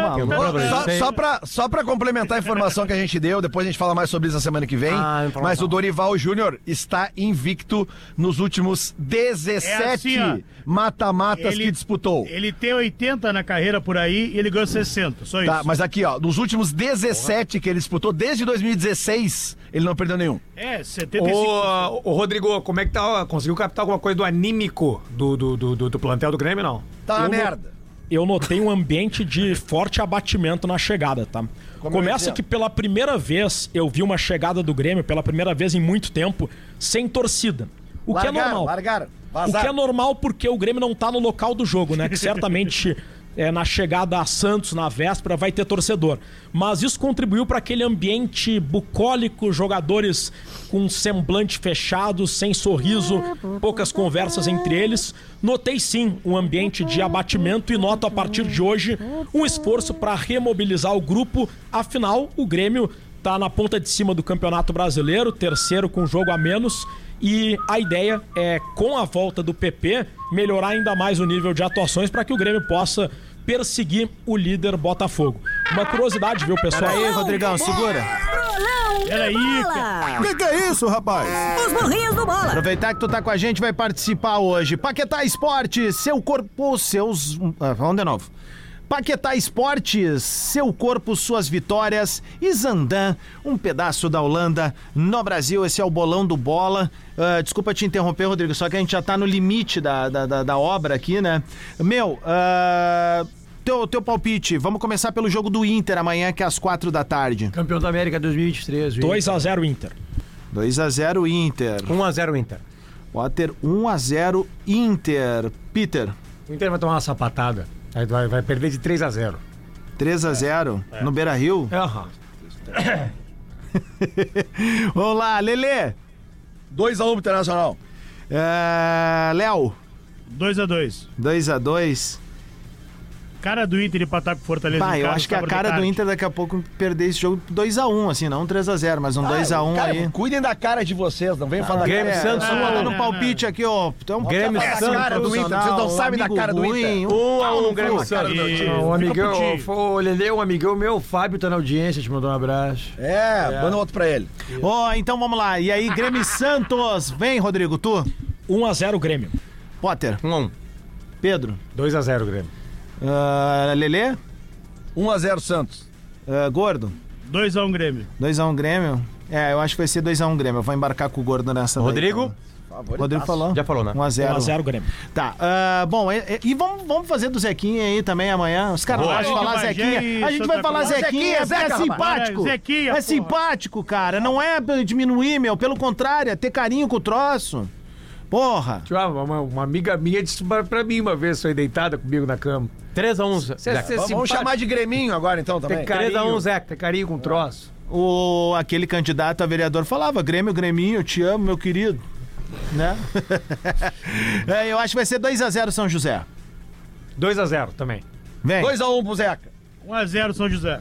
[SPEAKER 21] Só, só, pra, só pra complementar a informação que a gente deu, depois a gente fala mais sobre isso na semana que vem.
[SPEAKER 5] Ah, informação.
[SPEAKER 21] mas o Dorival Júnior está invicto nos últimos 17
[SPEAKER 6] É assim, ó.
[SPEAKER 21] mata-matas
[SPEAKER 6] Ele-
[SPEAKER 21] que disputou.
[SPEAKER 6] Ele tem 80 na carreira por aí e ele ganhou 60, só isso.
[SPEAKER 21] Tá, mas aqui, ó, nos últimos 17 que ele disputou, desde 2016, ele não perdeu nenhum.
[SPEAKER 6] É, 75.
[SPEAKER 4] Ô, ô, Rodrigo, como é que tá? Conseguiu captar alguma coisa do anímico do, do, do, do- do plantel do Grêmio, não?
[SPEAKER 21] Tá
[SPEAKER 20] Eu
[SPEAKER 21] uma
[SPEAKER 20] no-
[SPEAKER 21] merda.
[SPEAKER 20] Eu notei um ambiente de forte abatimento na chegada, tá?
[SPEAKER 21] Como é eu
[SPEAKER 20] Começa
[SPEAKER 21] dizia.
[SPEAKER 20] que pela primeira vez eu vi uma chegada do Grêmio, pela primeira vez em muito tempo, sem torcida. O que é
[SPEAKER 21] Largaram,
[SPEAKER 20] normal.
[SPEAKER 21] largaram,
[SPEAKER 20] O que é
[SPEAKER 21] vazaram.
[SPEAKER 20] normal porque o Grêmio não tá no local do jogo, né? Que certamente é, na chegada a Santos, na véspera, vai ter torcedor. Mas isso contribuiu para aquele ambiente bucólico, jogadores com semblante fechado, sem sorriso, poucas conversas entre eles. Notei sim um ambiente de abatimento e noto a partir de hoje um esforço para remobilizar o grupo. Afinal, o Grêmio tá na ponta de cima do Campeonato Brasileiro, terceiro com jogo a menos. E a ideia é, com a volta do PP, melhorar ainda mais o nível de atuações para que o Grêmio possa perseguir o líder Botafogo. Uma curiosidade, viu, pessoal?
[SPEAKER 2] Peraí, Rodrigão, segura.
[SPEAKER 20] Peraí,
[SPEAKER 2] O que, que é isso, rapaz?
[SPEAKER 23] Os burrinhos do bola.
[SPEAKER 2] Aproveitar que tu tá com a gente, vai participar hoje. Paquetá Esportes, seu corpo, seus. Ah, vamos de novo. Paquetá Esportes, seu corpo, suas vitórias. E Zandan, um pedaço da Holanda no Brasil. Esse é o bolão do bola. Ah, desculpa te interromper, Rodrigo, só que a gente já tá no limite da, da, da- da obra aqui, né? Meu, ah, teu, teu palpite, vamos começar pelo jogo do Inter amanhã, que é às quatro da tarde.
[SPEAKER 10] Campeão da América 2023.
[SPEAKER 20] 2x0 Inter.
[SPEAKER 2] 2x0 Inter.
[SPEAKER 7] 1x0 Inter.
[SPEAKER 2] Potter, 1x0 Inter. Peter.
[SPEAKER 4] O Inter vai tomar uma sapatada. Aí vai, vai perder de 3 a 0
[SPEAKER 2] 3x0 no Beira Rio?
[SPEAKER 4] É, aham.
[SPEAKER 2] Vamos lá, Lelê.
[SPEAKER 21] 2x1 pro Internacional.
[SPEAKER 2] É, Léo.
[SPEAKER 6] 2x2.
[SPEAKER 2] 2x2.
[SPEAKER 6] cara do Inter empatar com o Fortaleza.
[SPEAKER 2] Bah,
[SPEAKER 6] em
[SPEAKER 2] eu
[SPEAKER 6] casa
[SPEAKER 2] acho que é a
[SPEAKER 6] sábado
[SPEAKER 2] cara do
[SPEAKER 6] de tarde.
[SPEAKER 2] Inter daqui a pouco perder esse jogo 2x1, assim, não 3x0, mas um
[SPEAKER 5] Ah,
[SPEAKER 2] 2x1
[SPEAKER 5] cara,
[SPEAKER 2] aí. Ah,
[SPEAKER 5] Cuidem da cara de vocês, não venham falar
[SPEAKER 2] Grêmio
[SPEAKER 5] cara,
[SPEAKER 2] Santos,
[SPEAKER 5] é,
[SPEAKER 2] um a um
[SPEAKER 5] não,
[SPEAKER 2] no
[SPEAKER 5] não,
[SPEAKER 2] palpite aqui, ó. Então,
[SPEAKER 5] Grêmio
[SPEAKER 2] bota a
[SPEAKER 5] Santos,
[SPEAKER 2] cara do Inter,
[SPEAKER 5] vocês não sabem da
[SPEAKER 2] amigo
[SPEAKER 5] cara do
[SPEAKER 2] ruim,
[SPEAKER 5] Inter.
[SPEAKER 2] Um a um,
[SPEAKER 5] Não,
[SPEAKER 2] Grêmio
[SPEAKER 5] cara,
[SPEAKER 2] Santos.
[SPEAKER 5] não,
[SPEAKER 4] Ah, um amigão, o Lele, um amigão meu, o Fábio, tá na audiência, te mandou um abraço.
[SPEAKER 5] É, manda outro pra ele.
[SPEAKER 2] Ó, então vamos lá. E aí,
[SPEAKER 5] [LAUGHS]
[SPEAKER 2] Grêmio e Santos. Vem, Rodrigo, tu?
[SPEAKER 20] 1x0 Grêmio.
[SPEAKER 2] Potter.
[SPEAKER 7] 1x1.
[SPEAKER 2] Pedro.
[SPEAKER 24] 2x0 Grêmio.
[SPEAKER 2] Ah, Lelê.
[SPEAKER 5] 1x0 Santos.
[SPEAKER 2] Ah, Gordo.
[SPEAKER 6] 2x1 Grêmio.
[SPEAKER 2] 2x1 Grêmio. É, eu acho que vai ser 2x1 Grêmio. Eu vou embarcar com o Gordo nessa
[SPEAKER 6] um.
[SPEAKER 2] daí,
[SPEAKER 7] Rodrigo?
[SPEAKER 2] então. Rodrigo falou.
[SPEAKER 7] Já falou, né?
[SPEAKER 2] 1x0.
[SPEAKER 20] 1x0 Grêmio.
[SPEAKER 2] Tá. ah, bom, e, e- e vamos, vamos fazer do Zequinha aí também amanhã. Os caras
[SPEAKER 7] Boa.
[SPEAKER 2] não vão falar
[SPEAKER 6] Bahia e
[SPEAKER 2] Zequinha. A gente
[SPEAKER 6] Santa
[SPEAKER 2] vai falar
[SPEAKER 6] Cruz.
[SPEAKER 2] Zequinha,
[SPEAKER 6] Zequinha,
[SPEAKER 2] porque é
[SPEAKER 6] Zeca,
[SPEAKER 2] simpático.
[SPEAKER 6] rapaz. Zequinha,
[SPEAKER 2] é
[SPEAKER 6] porra.
[SPEAKER 2] simpático, cara. Não é pra diminuir, meu. Pelo contrário, é ter carinho com o troço. Porra.
[SPEAKER 24] Tio, ah, Uma, uma amiga minha disse pra- pra mim uma vez, foi deitada comigo na cama.
[SPEAKER 7] 3x1.
[SPEAKER 24] Cê- cê-
[SPEAKER 5] Vamos
[SPEAKER 24] simpático.
[SPEAKER 5] chamar de Greminho agora então também.
[SPEAKER 24] Tem carinho,
[SPEAKER 7] 3x1 Zeca.
[SPEAKER 24] tem carinho com troço.
[SPEAKER 2] O, aquele candidato a vereador falava: Grêmio, Greminho, eu te amo, meu querido. Né? [LAUGHS] É, eu acho que vai ser 2x0 São José.
[SPEAKER 24] 2x0 também.
[SPEAKER 2] Vem.
[SPEAKER 5] 2x1 pro Zeca.
[SPEAKER 6] 1x0 São José.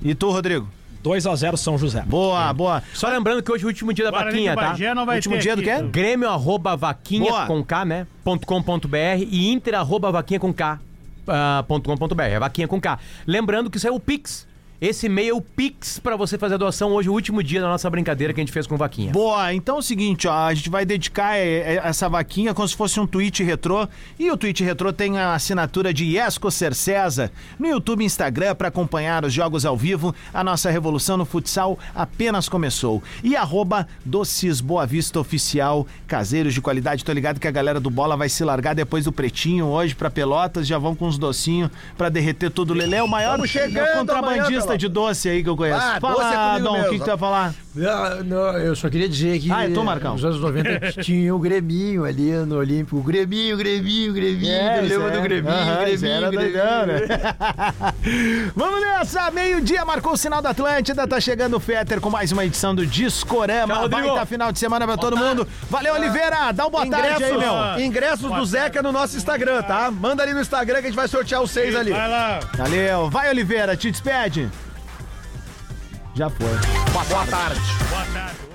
[SPEAKER 2] E tu, Rodrigo?
[SPEAKER 20] 2x0 São José.
[SPEAKER 2] Boa, boa.
[SPEAKER 7] Só lembrando que hoje é o último dia da
[SPEAKER 6] Guarani
[SPEAKER 7] vaquinha,
[SPEAKER 6] de
[SPEAKER 7] tá?
[SPEAKER 6] Bagé não vai
[SPEAKER 2] Último
[SPEAKER 6] ter
[SPEAKER 2] dia do
[SPEAKER 6] aqui,
[SPEAKER 2] quê?
[SPEAKER 6] então.
[SPEAKER 7] Grêmio arroba vaquinha
[SPEAKER 2] Boa.
[SPEAKER 7] com K, né? Ponto .com.br e Inter arroba vaquinha com K. ah, ponto .com.br, é vaquinha com K. Lembrando que isso é o Pix. Esse e-mail é o Pix pra você fazer a doação hoje, o último dia da nossa brincadeira que a gente fez com vaquinha.
[SPEAKER 2] Boa, então é o seguinte, ó, a gente vai dedicar eh, eh, essa vaquinha como se fosse um tweet retrô. E o tweet retrô tem a assinatura de Iesco Cercesa no YouTube e Instagram para acompanhar os jogos ao vivo. A nossa revolução no futsal apenas começou. E arroba Doces Boa Vista Oficial, caseiros de qualidade. Tô ligado que a galera do Bola vai se largar depois do Pretinho hoje para Pelotas. Já vão com uns docinhos para derreter tudo. Lelê é o maior
[SPEAKER 5] Tamo chegando
[SPEAKER 2] contrabandista
[SPEAKER 5] amanhã,
[SPEAKER 2] de doce aí que eu conheço.
[SPEAKER 5] Ah, doce é
[SPEAKER 2] Fala,
[SPEAKER 5] comigo
[SPEAKER 2] Dom, o que,
[SPEAKER 5] mesmo.
[SPEAKER 2] que tu vai falar?
[SPEAKER 4] Ah, não, eu só queria dizer que
[SPEAKER 2] Ah, então, Marcão.
[SPEAKER 4] nos anos 90 tinha o Greminho ali no Olímpico. O Greminho, Greminho, Greminho.
[SPEAKER 2] É,
[SPEAKER 4] eu
[SPEAKER 2] isso
[SPEAKER 4] lembro
[SPEAKER 2] é.
[SPEAKER 4] do Greminho,
[SPEAKER 2] Aham, isso
[SPEAKER 4] Greminho,
[SPEAKER 2] era
[SPEAKER 4] Greminho.
[SPEAKER 2] doidão, né? [LAUGHS] Vamos nessa, meio-dia, marcou o sinal da Atlântida, tá chegando o Fetter com mais uma edição do Discorama.
[SPEAKER 7] Tchau, Rodrigo.
[SPEAKER 2] Baita final de semana pra todo mundo. Valeu, Oliveira, dá um boa tarde aí, meu.
[SPEAKER 5] Ingressos, ingressos do Zeca no nosso Instagram, tá? Manda ali no Instagram que a gente vai sortear os seis ali.
[SPEAKER 6] Vai lá.
[SPEAKER 2] Valeu, vai, Oliveira, te despede. Já foi.
[SPEAKER 5] Boa tarde.
[SPEAKER 6] Boa tarde.